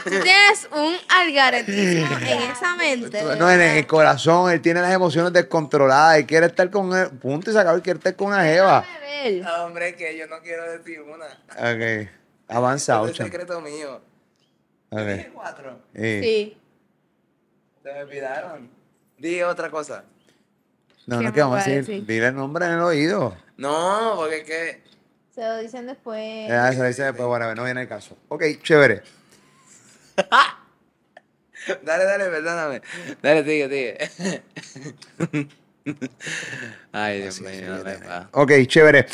Tú tienes Este un algaretismo en esa mente. de No, en verdad. el corazón, él tiene las emociones descontroladas, él quiere estar con él, punto y se acabó, él quiere estar con una jeva. Déjame ver. No, hombre, que yo no quiero decir una. Ok, Es avanza, un Ocha. secreto mío. Dije Ok, cuatro. eh. Sí. Se me olvidaron. Dije otra cosa. No, ¿Qué no, es me que vamos a puede decir, decir? dile el nombre en el oído. No, porque es que. Se lo dicen después. Ya, Eso dice después, bueno, no viene el caso. Ok, chévere. Dale, dale, perdóname. Dale, sigue, sigue. Ay, Dios mío, no me va. eh. Ok, chévere.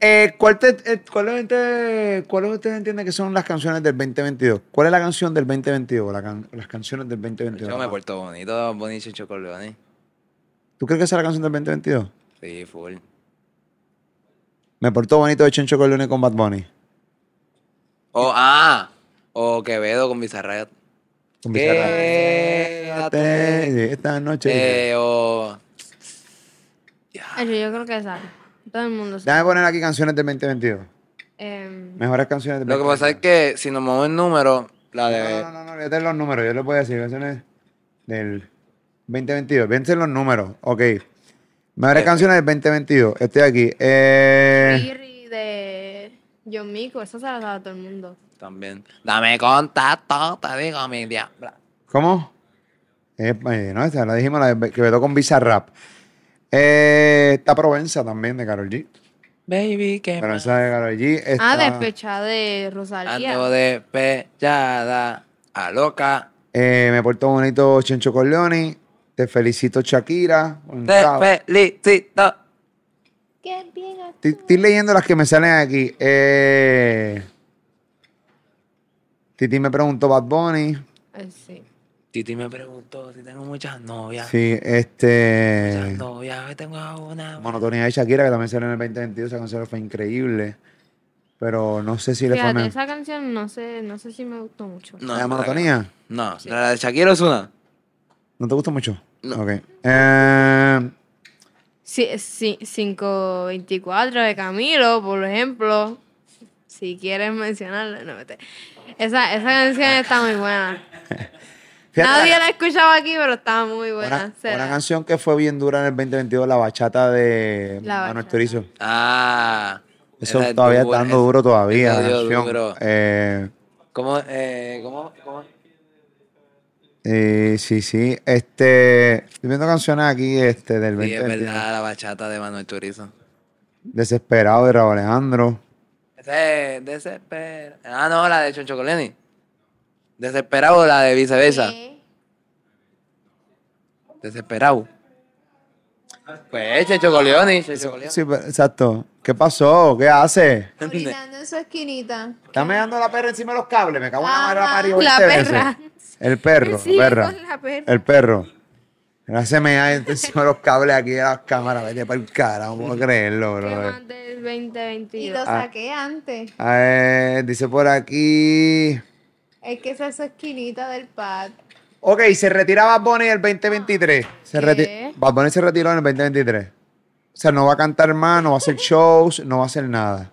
Eh, ¿cuál, te, eh, cuál usted, ¿Cuáles ustedes entienden que son las canciones del 2022? ¿Cuál es la canción del 2022? La can- las canciones del 2022. Yo me he puesto bonito, bonito chocolate. ¿Tú crees que esa es la canción del 2022? Sí, full. Me portó bonito de Chencho Corleone con Bad Bunny. O, ah, o Quevedo con Bizarrap. Con Bizarrap. Quédate. Te- Esta noche. Eh, o. Ay, Yo, yo creo que esa. Todo el mundo sabe. Déjame poner aquí canciones del 2022. Em, Mejores canciones de Lo que pasa es que si nos movemos el número, la de. No, no, no, no, fíjate en los números, yo les voy a decir, canciones del 2022, fíjense en los números, ok. Mejores Eh. canciones del 2022, estoy aquí. Eh, Riri de John Mico, esa se la sabe todo el mundo. También. Dame contacto, te digo, mi diabla. ¿Cómo? Eh, eh, no, esa la dijimos, la de- que vetó con Bizarrap. Eh, está Provenza también, de Karol G. Baby, que me Provenza de Karol G. Ah, está- despechada de ando Rosalía. despechada, a loca. Eh, me portó bonito Chencho Corleone. Te felicito Shakira. Un Te capo. felicito. Qué bien Estoy, estoy leyendo las que me salen aquí. Eh, Titi me preguntó Bad Bunny. Ay, sí. Titi me preguntó si tengo muchas novias. Sí, Muchas este. novias, hoy tengo a una. Monotonía de Shakira, que también salió en el 2022. Esa canción fue increíble. Pero no sé si le fue Fíjate, mejor. esa canción no sé, no sé si me gustó mucho. No, ¿La de no, monotonía? No, la de Shakira es una. ¿No te gustó mucho? No. Ok. Eh, Sí, sí, 524 de Camilo, por ejemplo. Si quieres mencionarla, no vete. Esa, esa canción está muy buena. fíjate la- Nadie la escuchaba aquí, pero estaba muy buena. Una, se una la- canción que fue bien dura en el 2022, la bachata de La Manuel bachata. Turizo. Ah. Eso esa es todavía está dura, dando esa- duro todavía. esa la dio canción. duro. Eh, ¿Cómo, eh, cómo, cómo? eh, sí, sí. Este, estoy viendo canciones aquí este, del Sí, es 2022. verdad, la bachata de Manuel Turizo. Desesperado de Raúl Alejandro. Ese es desespera. Ah, no, la de Choncho Coleni. Desesperado, la de viceversa. Desesperado. Pues Checho Coleoni, Checho Coleoni. Sí, pero- exacto. ¿Qué pasó? ¿Qué hace? Orinando en su esquinita. Está meando la perra encima de los cables. Me cago en la madre la parió La 20 veces. perra. El perro, Sí, la perra. con la perra. El perro. Gracias, me ha encima de los cables aquí de las cámaras. Vete para el cara, no puedo creerlo, ¿Qué bro. más del Y lo 2022? Ah. saqué antes. A ver, dice por aquí. Es que esa es su esquinita del pad. Ok, se retira Bad Bunny el 2023. Se ¿Qué? reti- Bad Bunny se retiró en el 2023. O sea, no va a cantar más, no va a hacer shows, no va a hacer nada.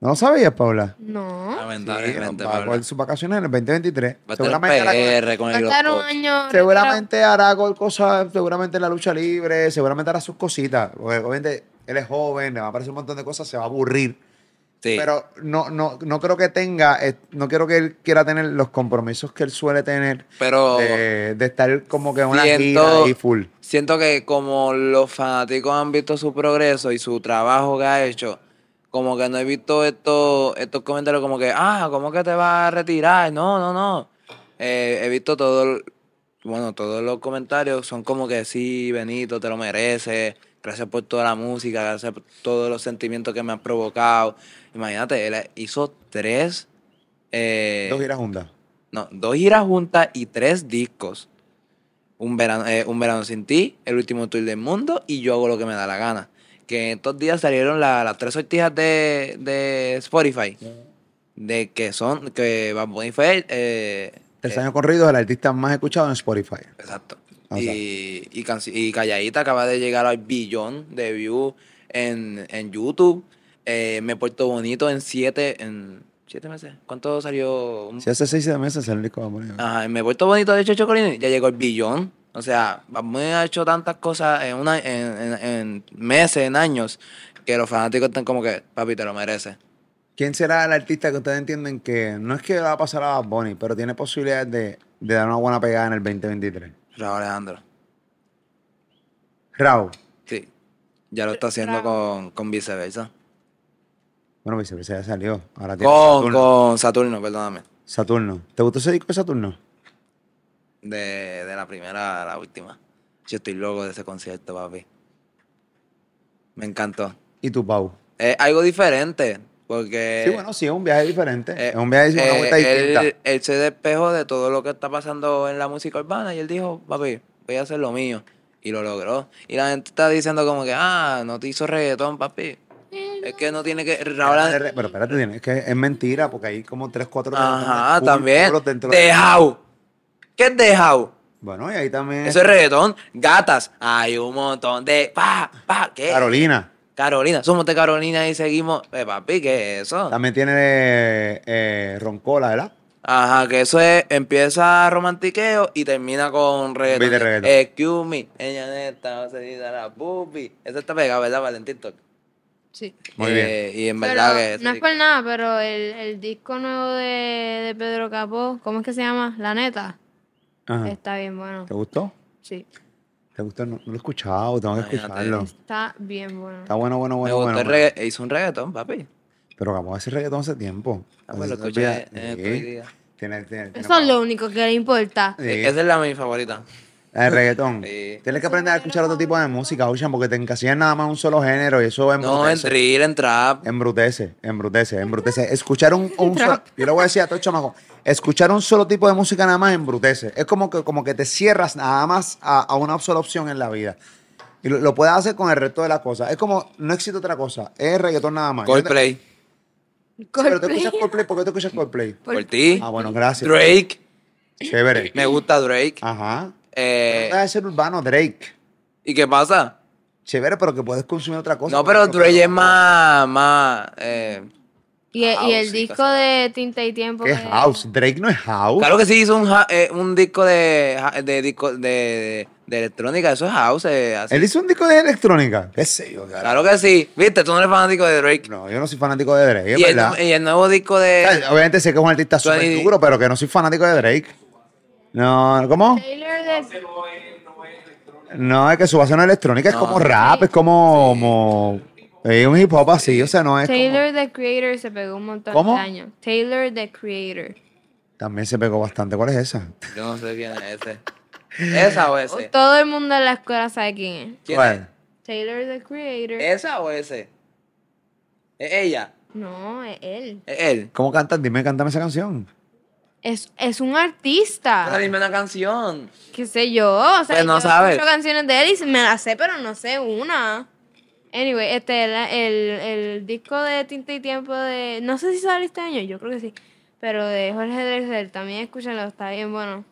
¿No lo sabías, Paula? No. Lamentablemente, va a Pablo. coger sus vacaciones en el 2023. Va a Seguramente hará- estar en PR Va con a el estar un Globo. año. Seguramente hará col- cosas, seguramente en la lucha libre, seguramente hará sus cositas. Porque obviamente él es joven, le va a aparecer un montón de cosas, se va a aburrir. Sí. Pero no, no, no creo que tenga, eh, no quiero que él quiera tener los compromisos que él suele tener Pero de, de estar como que en una gira Siento- ahí full. siento que como los fanáticos han visto su progreso y su trabajo que ha hecho, como que no he visto estos, estos comentarios como que, ah, ¿cómo que te vas a retirar? No, no, no. Eh, he visto todo, el- bueno, todos los comentarios son como que sí, Benito, te lo mereces. Gracias por toda la música, gracias por todos los sentimientos que me han provocado. Imagínate, él hizo tres... eh, Dos giras juntas. no, dos giras juntas y tres discos. Un verano, eh, un verano sin ti, el último tour del mundo y yo hago lo que me da la gana. Que estos días salieron la- las tres sortijas de, de Spotify. De que son, que Bad Bunny fue el, eh, Tres eh, años corridos, el artista más escuchado en Spotify. Exacto. O sea. Y, y, canci- y Calladita acaba de llegar al billón de views en, en YouTube. Eh, me he puesto bonito en siete, en siete meses. ¿Cuánto salió? Un- Si hace seis siete meses sale el disco de Bad Bunny. Ajá, y me he puesto bonito de Checho Corleone, ya llegó el billón. O sea, Bad Bunny ha hecho tantas cosas en, una, en, en- en meses, en años, que los fanáticos están como que, papi, te lo mereces. ¿Quién será el artista que ustedes entienden que no es que va a pasar a Bad Bunny, pero tiene posibilidades de, de dar una buena pegada en el 2023? Raúl Alejandro. Raúl. Sí. Ya lo está haciendo con, con viceversa. Bueno, viceversa ya salió. Ahora tiene Con, Saturno. con Saturno, perdóname. Saturno. ¿Te gustó ese disco de Saturno? De, de la primera a la última. Yo estoy loco de ese concierto, papi. Me encantó. ¿Y tu Pau? Es algo diferente, porque... sí, bueno, sí, es un viaje diferente. Eh, es un viaje, es una eh, vuelta distinta. Él, él se despejó de todo lo que está pasando en la música urbana y él dijo, papi, voy a hacer lo mío. Y lo logró. Y la gente está diciendo como que, ah, no te hizo reggaetón, papi. Es que no tiene que... Raúl Espérate, Alejandro- re- pero espérate, tiene- es que es mentira porque hay como tres, cuatro... Ajá, full también. puros dentro de- Dejao. ¿Qué es dejao? Bueno, y ahí también... Eso es reggaetón. Gatas. Hay un montón de... Pa, pa, ¿qué? Carolina. Carolina, somos de Carolina y seguimos. Eh, papi, ¿qué es eso? También tiene eh, eh, Roncola, ¿verdad? Ajá, que eso es, empieza romantiqueo y termina con reggaetón. Beat de reggaetón. Excuse me, ella neta, se dice la pupi. Eso está pegado, ¿verdad, Valentín? Sí. Muy Eh, Y en Pero verdad que... no es por nada, pero el, el disco nuevo de, de Pedro Capó, ¿cómo es que se llama? La neta. Ajá. Está bien bueno. ¿Te gustó? Sí. ¿Te gustó? No, no lo he escuchado, tengo que Imagínate. escucharlo. Está bien bueno. Está bueno, bueno, me bueno, gustó bueno. el bueno. regga- hizo un reggaetón, papi. Pero acabó de hacer reggaetón hace tiempo. Ah, pues lo Entonces, escuché olvida- en estos Sí. días. Tiene- tiene- tiene Eso es pa- lo único que le importa. Sí. E-, Esa es la mi favorita. El reggaetón. Sí. Tienes que aprender a escuchar otro tipo de música, Ocean, porque te encasillan nada más un solo género y eso No, en embrutece. drill, en Eh, trap. embrutece, embrutece, embrutece. Escuchar un, un solo, Trap. yo le voy a decir a todo chamaco, escuchar un solo tipo de música nada más embrutece. Es como que, como que te cierras nada más a, a una sola opción en la vida. Y lo, lo puedes hacer con el resto de las cosas. Es como, no existe otra cosa, es reggaetón nada más. Yo te- Coldplay. Sí, Pero tú Coldplay. escuchas Coldplay, ¿por qué tú escuchas Coldplay? Por, ti. Ah, bueno, gracias. Drake. Chévere. Me gusta Drake. Ajá. Eh, Debe ser urbano, Drake. ¿Y qué pasa? Chévere, pero que puedes consumir otra cosa. No, Por pero ejemplo, Drake es más, más, eh, Y, el- y el House y disco cosas de Tinta y Tiempo. ¿Qué es que- house? Drake no es house. Claro que sí, hizo un, ja- eh, un disco de, ja- de, disco de, de, de electrónica, eso es house. eh, así. Él hizo un disco de electrónica. ¿Qué sé yo, cara? Claro que sí, viste, tú no eres fanático de Drake. No, yo no soy fanático de Drake, es y, eh, el, verdad. nu- y el nuevo disco O de... sea, Obviamente sé que es un artista Twenty- súper duro, pero que no soy fanático de Drake. No, ¿cómo? Taylor de- No, es que su base no es electrónica, es No. como rap, es como... como- es un hip hop así, o sea, no es como- Taylor the Creator se pegó un montón ¿Cómo? de años. Taylor the Creator. También se pegó bastante. ¿Cuál es esa? Yo no sé quién es ese. ¿Esa o ese? Todo el mundo en la escuela sabe quién ¿Quién ¿Cuál? es. Taylor the Creator. Eh. es? ¿Esa o ese? ¿Es ella? No, es él. ¿Es él? ¿Cómo cantan? Dime, cántame esa canción. Es, es un Pero artista. dime una canción. ¿Qué sé yo? O sea, Pues no yo sabe. escucho canciones de él y me las sé, pero no sé una. Anyway, este, la- el, el disco de Tinta y Tiempo de... No sé si sale este año, yo creo que sí. Pero de Jorge Drexler, también escúchalo, está bien bueno.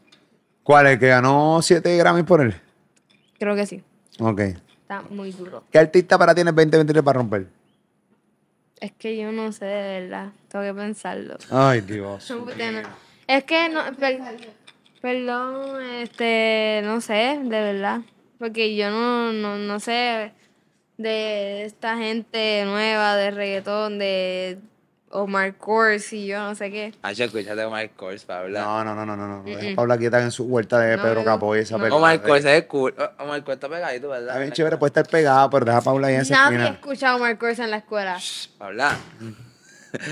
¿Cuál? ¿El que ganó 7 Grammys por él? Creo que sí, Ok. está muy duro. ¿Qué artista para ti en el 2023 para romper? Es que yo no sé de verdad, tengo que pensarlo. Ay, Dios. No, puta, no. Es que no, per- perdón, este, no sé, de verdad. Porque yo no, no, no sé de esta gente nueva de reggaetón, de Omar Kors y yo no sé qué. Ah, yo escuchaste Omar Kors, Pabla. No, no, no, no, no. no. Deja Paula quieta en su vuelta de No, Pedro no, Capó y esa no. película. Omar Kors es cool. O- Omar Kors está pegadito, ¿verdad? Está bien chévere, puede estar pegada, pero deja a Paula ahí en esa Nadie esquina. escucha a Omar Kors en la escuela. pues. Pabla.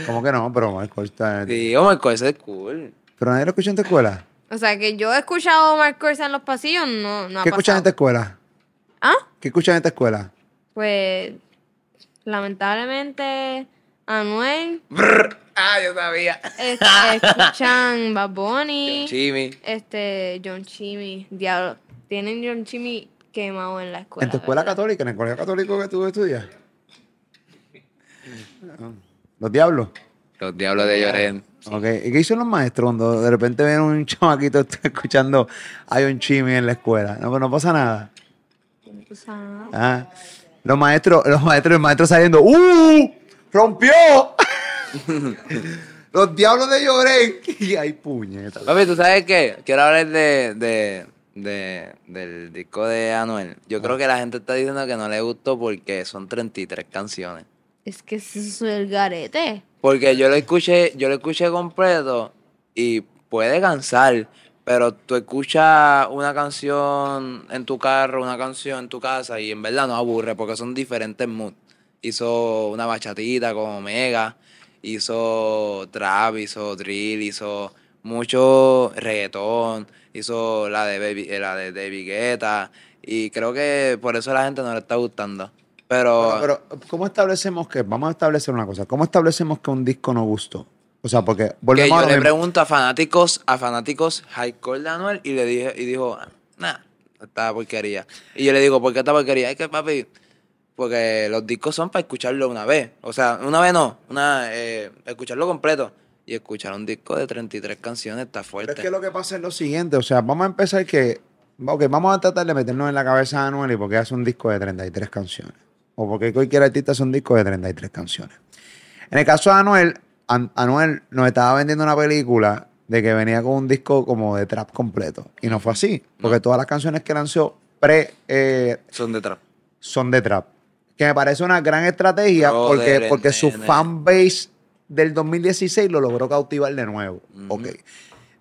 ¿Cómo que no? Pero Omar Kors está... Sí, Omar Kors es cool. ¿Pero nadie lo escucha en tu escuela? O sea, que yo he escuchado a Omar Kors en los pasillos, no, no ha ¿Qué escuchan en esta pasado. escuela? Ah, ¿Qué escuchan en esta escuela? pues, lamentablemente, Anuel, Brr. Ah, yo sabía. este, escuchan Bad Bunny. Chimi. Este, John Chimmy, diablo. Tienen John Chimmy quemado en la escuela. ¿En tu escuela ¿verdad? católica? ¿En el colegio católico que tú estudias? Ah, ¿Los diablos? Los diablos de Lloren. Ok, ¿y qué hicieron los maestros cuando de repente ven un chamaquito está escuchando hay un chimi en la escuela? No, pero no pasa nada. O sea, Ah, Los maestros, los maestros, el maestro saliendo, ¡uh! ¡Rompió! los diablos de Llorén. Y hay puñetas. Papi, ¿tú sabes qué? Quiero hablar de, de, de- del disco de Anuel. Yo creo que la gente está diciendo que no le gustó porque son 33 canciones. es que eso es el garete. Porque yo lo escuché, yo lo escuché completo y puede cansar, pero tú escuchas una canción en tu carro, una canción en tu casa y en verdad no aburre porque son diferentes moods. Hizo una bachatita con Omega, hizo trap, hizo drill, hizo mucho reggaetón, hizo la de Baby, eh, la de David Guetta y creo que por eso a la gente no le está gustando. Pero, Pero, pero, ¿cómo establecemos que? Vamos a establecer una cosa. ¿Cómo establecemos que un disco no gustó? O sea, porque que volvemos yo a le lo mismo. pregunto a fanáticos, a fanáticos hardcore de Anuel y le dije, y dijo, nah, esta porquería. Y yo le digo, ¿por qué esta porquería? Es que papi, porque los discos son para escucharlo una vez. O sea, una vez no, una, eh, escucharlo completo. Y escuchar un disco de 33 canciones está fuerte. Pero es que lo que pasa es lo siguiente, o sea, vamos a empezar que, ok, vamos a tratar de meternos en la cabeza de Anuel y porque hace un disco de 33 canciones. o porque cualquier artista son discos de 33 canciones. En el caso de Anuel, An- Anuel nos estaba vendiendo una película de que venía con un disco como de trap completo. Y no fue así, porque todas las canciones que lanzó pre eh, Son de trap. son de trap. Que me parece una gran estrategia Brother, porque, porque su nene. fan base del 2016 lo logró cautivar de nuevo. Ujú. Ok.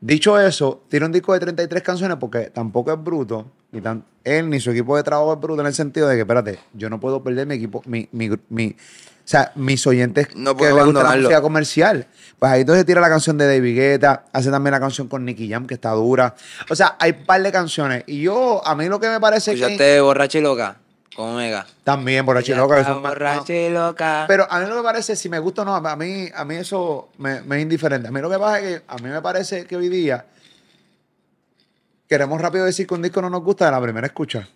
Dicho eso, tiene un disco de 33 canciones porque tampoco es bruto, ni tan, él ni su equipo de trabajo es bruto en el sentido de que, espérate, yo no puedo perder mi equipo, mi, mi, gru- mi- o sea, mis oyentes No que puedo les gusta la abandonarlo. música comercial. Pues ahí entonces tira la canción de David Guetta, hace también la canción con Nicky Jam que está dura. O sea, hay un par de canciones. Y yo, a mí lo que me parece que... Escuchaste borracha y loca con Omega. También, borracho y Ella loco. está eso es más- borracha no. y loca. Pero a mí lo que parece, si me gusta o no, a mí, a mí eso me, me es indiferente. A mí lo que pasa es que a mí me parece que hoy día queremos rápido decir que un disco no nos gusta de la primera escucha.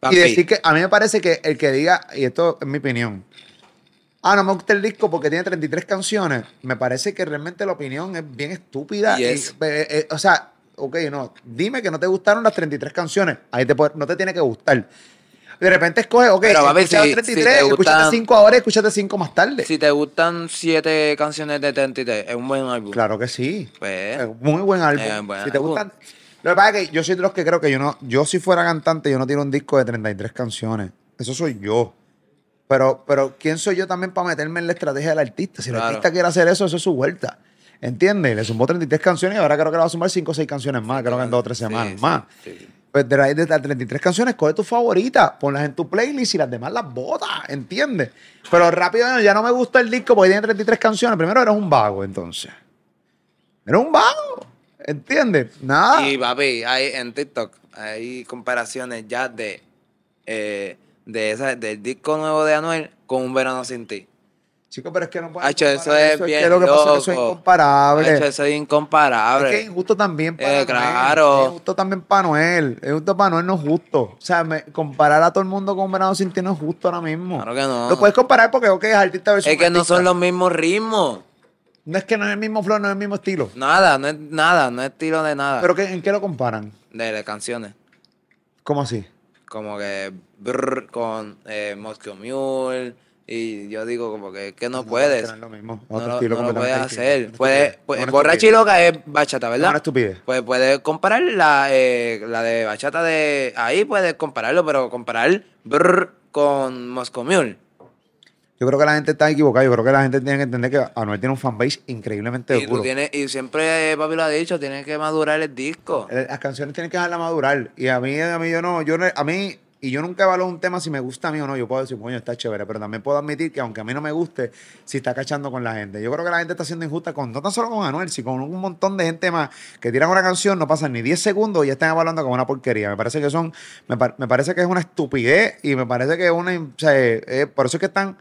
Papi, Y decir que a mí me parece que el que diga, y esto es mi opinión, ah, no me gusta el disco porque tiene 33 canciones, me parece que realmente la opinión es bien estúpida. y- Yes. eh, eh, o sea, ok, no, dime que no te gustaron las 33 canciones, ahí te puede- no te tiene que gustar. De repente escoge, ok, Pero, papi, escuchaste si- 33, si te escuchaste gustan- 5 ahora y escuchaste 5 más tarde. si te gustan siete canciones de 33, es un buen álbum. Claro que sí. Pues, Es muy buen álbum. Eh, buen si te álbum. gustan. Lo que pasa es que yo soy de los que creo que yo no. Yo, si fuera cantante, yo no tiro un disco de 33 canciones. Eso soy yo. Pero, pero ¿quién soy yo también para meterme en la estrategia del artista? Si el Claro. artista quiere hacer eso, eso es su vuelta. ¿Entiendes? Le sumó 33 canciones y ahora creo que le va a sumar 5 o 6 canciones más. Creo que en 2 o 3 Sí, semanas sí, más. sí. Pues de, ahí de las 33 canciones, coge tus favoritas, ponlas en tu playlist y las demás las botas, ¿entiendes? Pero rápido, no, ya no me gusta el disco porque tiene 33 canciones. Primero eres un vago, entonces. Eres un vago, ¿entiendes? Nada. Y papi, hay en TikTok hay comparaciones ya de, eh, de esa, del disco nuevo de Anuel con Un Verano Sin Ti. Chicos, pero es que no puedes. Hacho, eso comparar es que bien lo que pasa es que eso es loco. incomparable. Hacho, eso es incomparable. Es que es injusto también para Eh, Noel. claro. Es injusto también para Noel. Es injusto para Noel, no es justo. O sea, me- comparar a todo el mundo con Verano Sin Ti no es justo ahora mismo. Claro que no. Lo puedes comparar porque, ok, es artista versus Es que no artista. son los mismos ritmos. No es que no es el mismo flow, no es el mismo estilo. Nada, no es nada, no es estilo de nada. ¿Pero qué- en qué lo comparan? de las canciones. ¿Cómo así? Como que brr, con eh, Moscow Mule. Y yo digo como que, que no, es puedes. que no es lo mismo. Es No, otro lo- estilo no lo puedes completamente hacer. distinto. Es Puedes, una pues, estupidez. borracha y loca es bachata, Es una ¿verdad? estupidez. Pues puedes comparar la, eh, la de bachata de ahí, puedes compararlo, pero comparar brr con Moscow Mule. Yo creo que la gente está equivocada. Yo creo que la gente tiene que entender que Anuel tiene un fanbase increíblemente Y, tú duro. tienes, y siempre eh, papi lo ha dicho, tienes que madurar el disco. Eh, Las canciones tienen que dejarla madurar. Y a mí, a mí, yo no, yo no- a mí, y yo nunca valoro un tema si me gusta a mí o no. Yo puedo decir, coño, está chévere, pero también puedo admitir que aunque a mí no me guste, si está cachando con la gente. Yo creo que la gente está siendo injusta con, no tan solo con Anuel, sino con un montón de gente más que tiran una canción, no pasan ni 10 segundos y ya están evaluando como una porquería. Me parece que son, me, par- me parece que es una estupidez y me parece que es una, o sea, eh, eh, por eso es que están,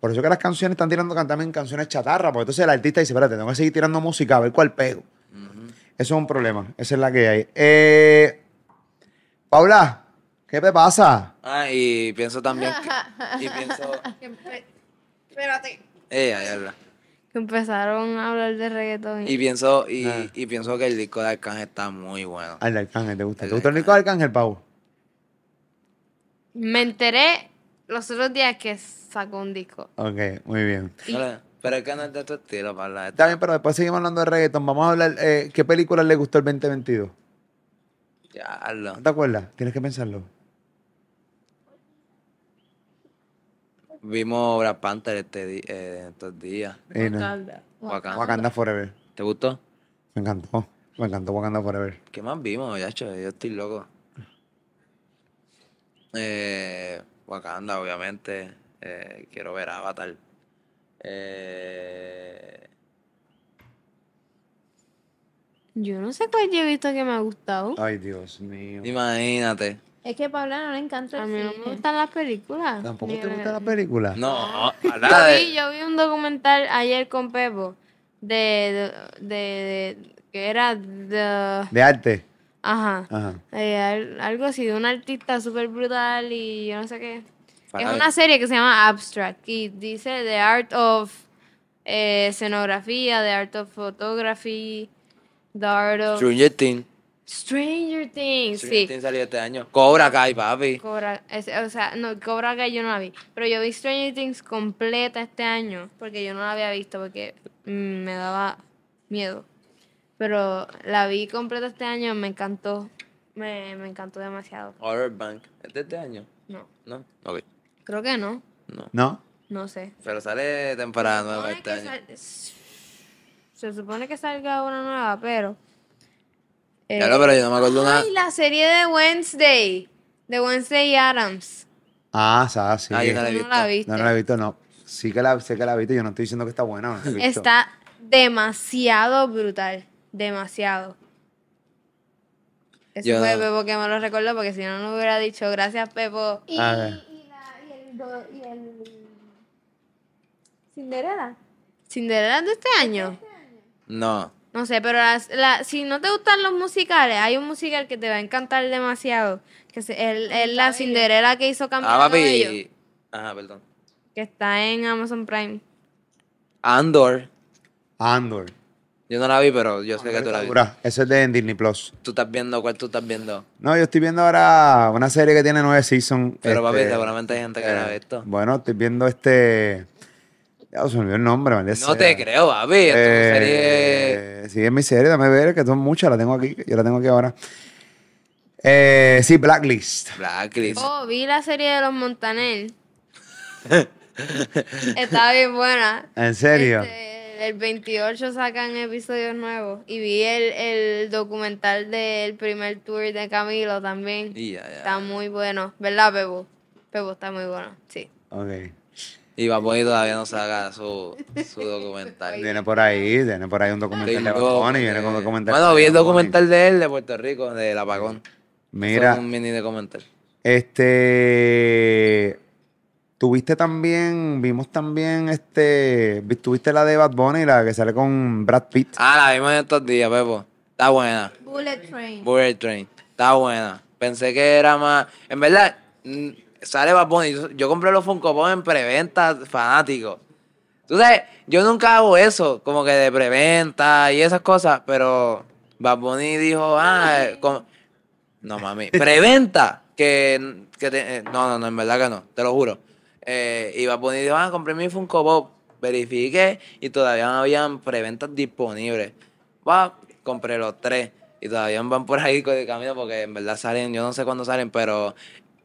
por eso es que las canciones están tirando también canciones chatarra, porque entonces el artista dice, espérate, tengo que seguir tirando música, a ver cuál pego. Eso es un problema. Esa es la que hay. Eh, Paula, ¿qué te pasa? Ah, y pienso también que, y pienso, Espérate. eh, ay, habla. Que empezaron a hablar de reggaetón. y pienso y, Ah. y pienso que el disco de Arcángel está muy bueno. Al de Arcángel, ¿te gusta? Al ¿Te de gusta el disco de Arcángel, Pau? Me enteré los otros días que sacó un disco. Ok, muy bien. Pero- Pero es que no es de tu estilo, para Está bien, pero después seguimos hablando de reggaeton. Vamos a hablar, eh, ¿qué película le gustó el 2022? Ya, lo- ¿No te acuerdas? Tienes que pensarlo. Vimos Black Panther este di- eh, estos días. Eh, no. Wakanda. Wakanda Forever. ¿Te gustó? Me encantó. Me encantó Wakanda Forever. ¿Qué más vimos, yacho? Yo estoy loco. Eh, Wakanda, obviamente. Eh, quiero ver Avatar. Eh, Yo no sé cuál yo he visto que me ha gustado. Ay, Dios mío. imagínate. Es que a Paula no le encanta A el mí no me cine. gustan las películas. ¿Tampoco Ni te gusta la reggaetón. película? No, Yo habla vi, de. yo vi un documental ayer con Pepo de, de, de- de- que era de De arte. ajá Ajá. eh, al- algo así de un artista súper brutal y yo no sé qué. Fatal. Es una serie que se llama Abstract y dice The Art of eh, Escenografía, The Art of Photography, The Art of Stranger Things. Stranger Things, Sí, sí. Teen salió este año. Cobra Kai, papi. Cobra, es- o sea, no, Cobra Kai yo no la vi. Pero yo vi Stranger Things completa este año. Porque yo no la había visto porque mm, me daba miedo. Pero la vi completa este año, me encantó. Me, me encantó demasiado. Horror Bank. ¿Es de este año? No, No. Ok. creo que no. No. ¿No? No sé. Pero sale temporada nueva supone este que año. sal- s- Se supone que salga una nueva, pero. eh, Ya lo, pero yo no me acuerdo una. ay, la serie de Wednesday. De Wednesday Adams. Ah, o sea, sí. Ah, yo no la he No visto. la viste. No, no la he visto, no. Sí que la, sé que la he visto, yo no estoy diciendo que está buena. no la he visto. Está demasiado brutal. Demasiado. Eso Yo fue no- Pepo que me lo recordó porque si no, no hubiera dicho gracias, Pepo. Y, A ver. y la- y el, do- y el- Cinderela. Cinderella es de este año. No. No sé, pero las- la- si no te gustan los musicales, hay un musical que te va a encantar demasiado. Que es, el- es la Cinderella que hizo campeón. Ah, papi. Ajá, perdón. que está en Amazon Prime. Andor. Andor. Yo no la vi, pero yo sé que tú la viste. Dura. Eso es de Disney Plus. Tú estás viendo cuál tú estás viendo. No, yo estoy viendo ahora una serie que tiene nueve seasons. Pero papi, este, seguramente hay gente que la ha eh, visto. Bueno, estoy viendo este. Ya se me olvidó el nombre, maldita No sea. te creo, papi. Esto es una serie. Eh, Sí, es mi serie, dame ver, que son muchas, la tengo aquí, yo la tengo aquí ahora. Eh, sí, Blacklist. Blacklist. Oh, vi la serie de los Montanel. Está bien buena. ¿En serio? Este, el 28 sacan episodios nuevos. Y vi el, el documental del primer tour de Camilo también. Y ya, ya. Está muy bueno. ¿Verdad, Bebo? Bebo está muy bueno, sí. Ok. Y Bad Bunny todavía no saca su, su documental. Viene por ahí, viene por ahí un documental de Tengo- Bad Bunny, viene con eh, documental. Bueno, vi el de Bad Bunny. documental de él de Puerto Rico, del apagón. Fue Mira, Un mini documental. este. Tuviste también, vimos también este. vi- Tuviste la de Bad Bunny, la que sale con Brad Pitt. Ah, la vimos en estos días, Pepo. Está buena. Bullet Train. Bullet Train. Está buena. Pensé que era más. En verdad, mm, sale Bad Bunny. Yo, yo compré los Funko Pop en preventa, fanático. Tú sabes, yo nunca hago eso, como que de preventa y esas cosas, pero Bad Bunny dijo, ah, eh, como- no mami, preventa, que, que te- eh, no, no, no, en verdad que no, te lo juro. Eh, y Bad Bunny dijo, ah, compré mi Funko Pop, verifiqué y todavía no habían preventas disponibles. Va, compré los tres y todavía van por ahí con el camino porque en verdad salen, yo no sé cuándo salen, pero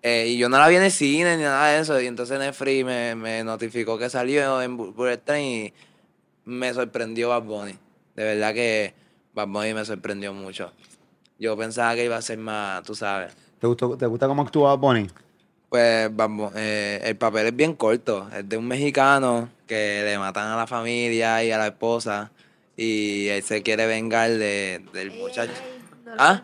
eh, y yo no la vi en el cine ni nada de eso. Y entonces Netflix me, me notificó que salió en Bu- Bullet Train y me sorprendió Bad Bunny. De verdad que Bad Bunny me sorprendió mucho. Yo pensaba que iba a ser más, tú sabes. ¿Te, gustó, ¿Te gusta cómo actúa Bad Bunny? Pues Bad Bu- eh, el papel es bien corto. Es de un mexicano que le matan a la familia y a la esposa. Y él se quiere vengar de, del muchacho. ¿Ah?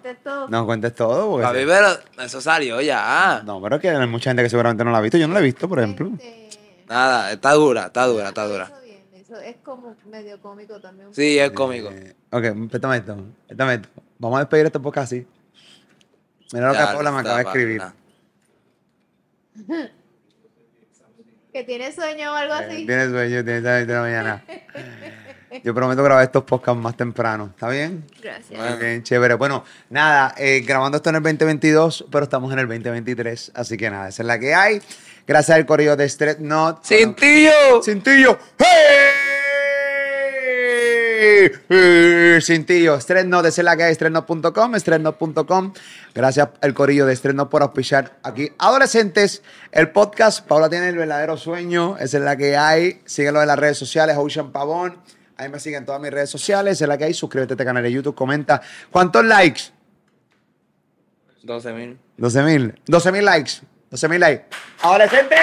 No cuentes todo, porque- Papi, pero eso salió ya. Pues Ah, No, pero es que hay mucha gente que seguramente no la ha visto. Yo no la he visto, por ejemplo. Este, Nada, está dura, está dura, está dura. Eso bien, eso es como medio cómico también. Sí, es cómico. Eh, ok, préstame esto. préstame esto. Vamos a despedir este podcast así. Mira lo que Ya, Paula me está, acaba de pa, escribir. nada. Que tiene sueño o Eh, algo así. Eh, Tiene sueño, tiene sueño de la mañana. Yo prometo grabar estos podcasts más temprano. ¿Está bien? Gracias. Bueno. Bien, chévere. Bueno, nada, eh, grabando esto en el 2022, pero estamos en el 2023. Así que nada, esa es la que hay. Gracias al correo de Stretch Not. ¡Cintillo! Cintillo. ¡Hey! ¡Hey! Cintillo, Stresno, de la que hay, estrenos.com, estrenos.com. Gracias el corillo de Estrenos por auspiciar aquí. Adolescentes, el podcast. Paula tiene el verdadero sueño, esa es la que hay. Síguelo en las redes sociales, Ocean Pavón. Ahí me siguen todas mis redes sociales, esa es la que hay. Suscríbete a este canal de YouTube, comenta. ¿Cuántos likes? 12 mil. 12 mil. 12 mil likes. 12 mil likes. ¡Adolescentes!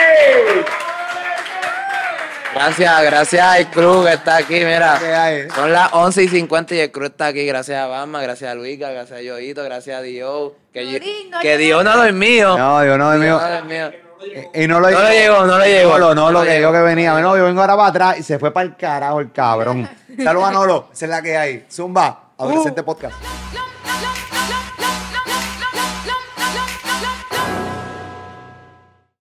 Gracias, gracias al crew que está aquí, ¿Qué mira. hay? Son las 11 y 50 y el crew está aquí. Gracias a Bama, gracias a Luica, gracias a Yoito, gracias a Dios. Que, yo- Lorín, no que llegó. Dios no ha dormido. No, yo no, Dios mío. no ha dormido. Y y no lo No le llegó, no le llegó. Nolo, Nolo, No le que dijo llegó. que venía. No, yo vengo ahora para atrás y se fue para el carajo el cabrón. Saludos a Nolo, esa es la que hay. Zumba, adolescente podcast.